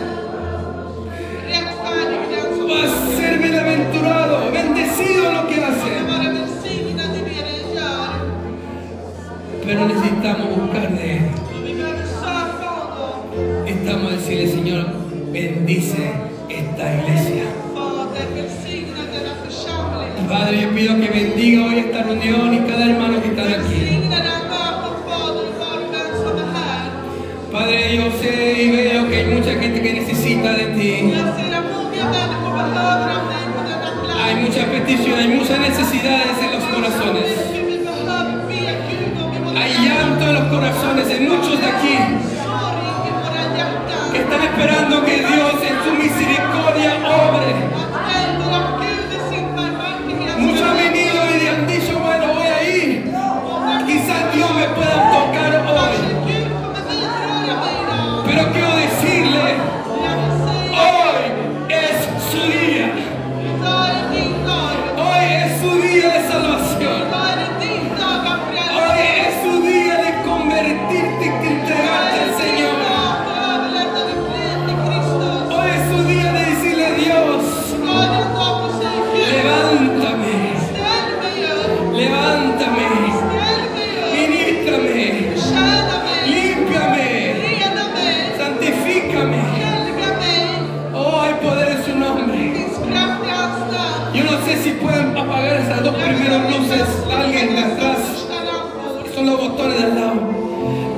B: rättfärdig den som
A: Va a ser bienaventurado, bendecido en lo que hace.
B: kommer vara välsignad i det den gör.
A: Pero necesitamos buscarle.
B: Och vi behöver söka honom.
A: Estamos a decirle, Señor, bendice esta iglesia.
B: Fader, välsigna denna församling.
A: Padre, yo pido que bendiga hoy esta reunión y cada hermano que está aquí.
B: Välsigna den här mötet, Fader, och var och en som är här.
A: Padre, yo sé y veo que hay mucha gente que necesita de ti.
B: Jag ser att många människor behöver av dig på denna
A: Hay
B: plats.
A: mucha petición, hay muchas necesidades en los corazones.
B: Hur vi behöver be Gud om i våra
A: Hay
B: hjärtan.
A: llanto en los corazones de muchos de aquí
B: Sorg i våra hjärtan.
A: que están esperando que Dios en su misericordia obre. Muchos han venido y han dicho, bueno, voy a ir. Quizás Dios me pueda tocar hoy. Pero quiero decirle, hoy es su día. Hoy es su día de salvación. Hoy es su día de convertirte y entregarte al Señor. Hoy es su día de decirle a Dios, levántame, levántame, ministrame, límpiame, santifícame. Oh, hay poder en su nombre. Yo no sé si pueden apagar esas dos primeras luces, alguien de atrás, son los botones de al lado.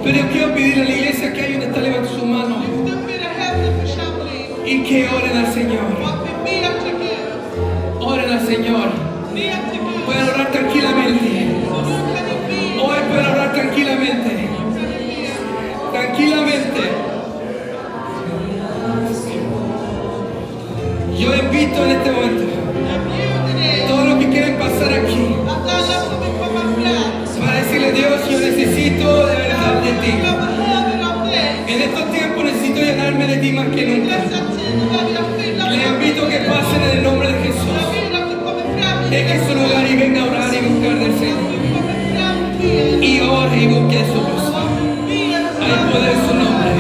A: Pero yo quiero pedirle a la iglesia que alguien está levante su mano
B: Lyft upp era händer församling.
A: y que oren al
B: Och
A: Señor.
B: att vi ber till Gud.
A: Oren al Señor.
B: Ber till Gud.
A: Pueden orar tranquilamente.
B: Och nu kan ni be.
A: Hoy pueden orar tranquilamente.
B: Nu kan ni be.
A: tranquilamente. Yo invito en este momento
B: Jag bjuder
A: a
B: dig
A: todos los que quieren pasar aquí
B: att alla som vill komma fram.
A: para decirle Dios, yo necesito de verdad de ti.
B: Jag behöver av dig.
A: En estos tiempos necesito llenarme de ti más que
B: I
A: nunca.
B: dessa tider jag fyller
A: Les
B: mig.
A: invito a que pasen en el nombre de
B: Jag
A: Jesús.
B: vill att du kommer fram i
A: Deje su
B: detta.
A: lugar y venga a orar y buscar del
B: Att
A: Señor.
B: du kommer fram till
A: Y ore y busque su
B: och
A: luz.
B: att
A: Hay
B: du ber så
A: poder en su nombre.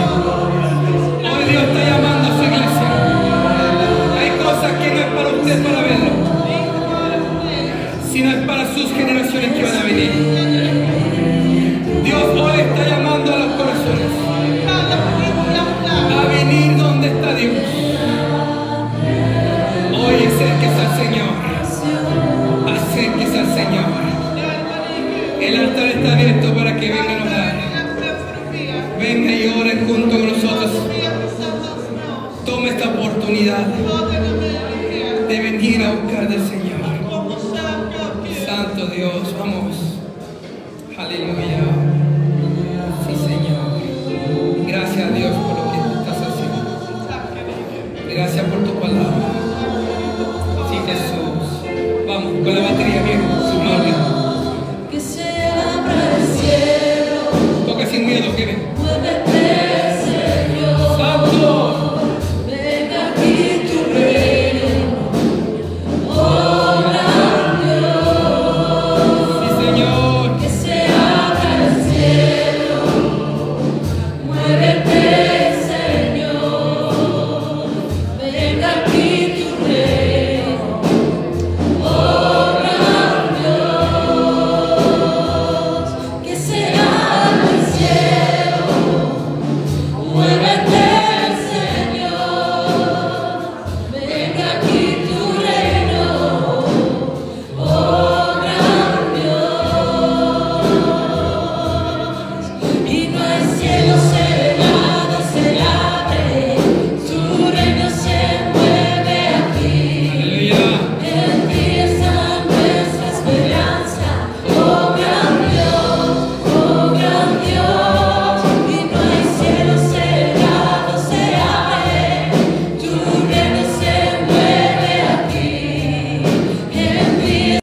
A: Hoy Dios está llamando a su iglesia. Hay cosas que no es para usted para verlo.
B: att det inte bara är för dig.
A: sino es para sus generaciones que van a venir. Dios hoy está llamando a los corazones
B: Kalla på ditt hjärta.
A: a venir donde está Dios. Hoy acérquese al Señor. Acérquese al Señor.
B: Närma dig Gud.
A: El altar está abierto para que vengan a orar.
B: Be
A: Venga y oren junto con nosotros.
B: tillsammans med oss.
A: Tome esta oportunidad
B: Ta denna möjlighet.
A: de venir a buscar del Señor.
B: Kom och sök upp Gud.
A: Santo Dios, vamos. Aleluya. Sí, Señor. Gracias a Dios por lo que tú estás haciendo.
B: Så tackar vi Gud.
A: Gracias por tu palabra. Sí, Jesús. Vamos, con la batería.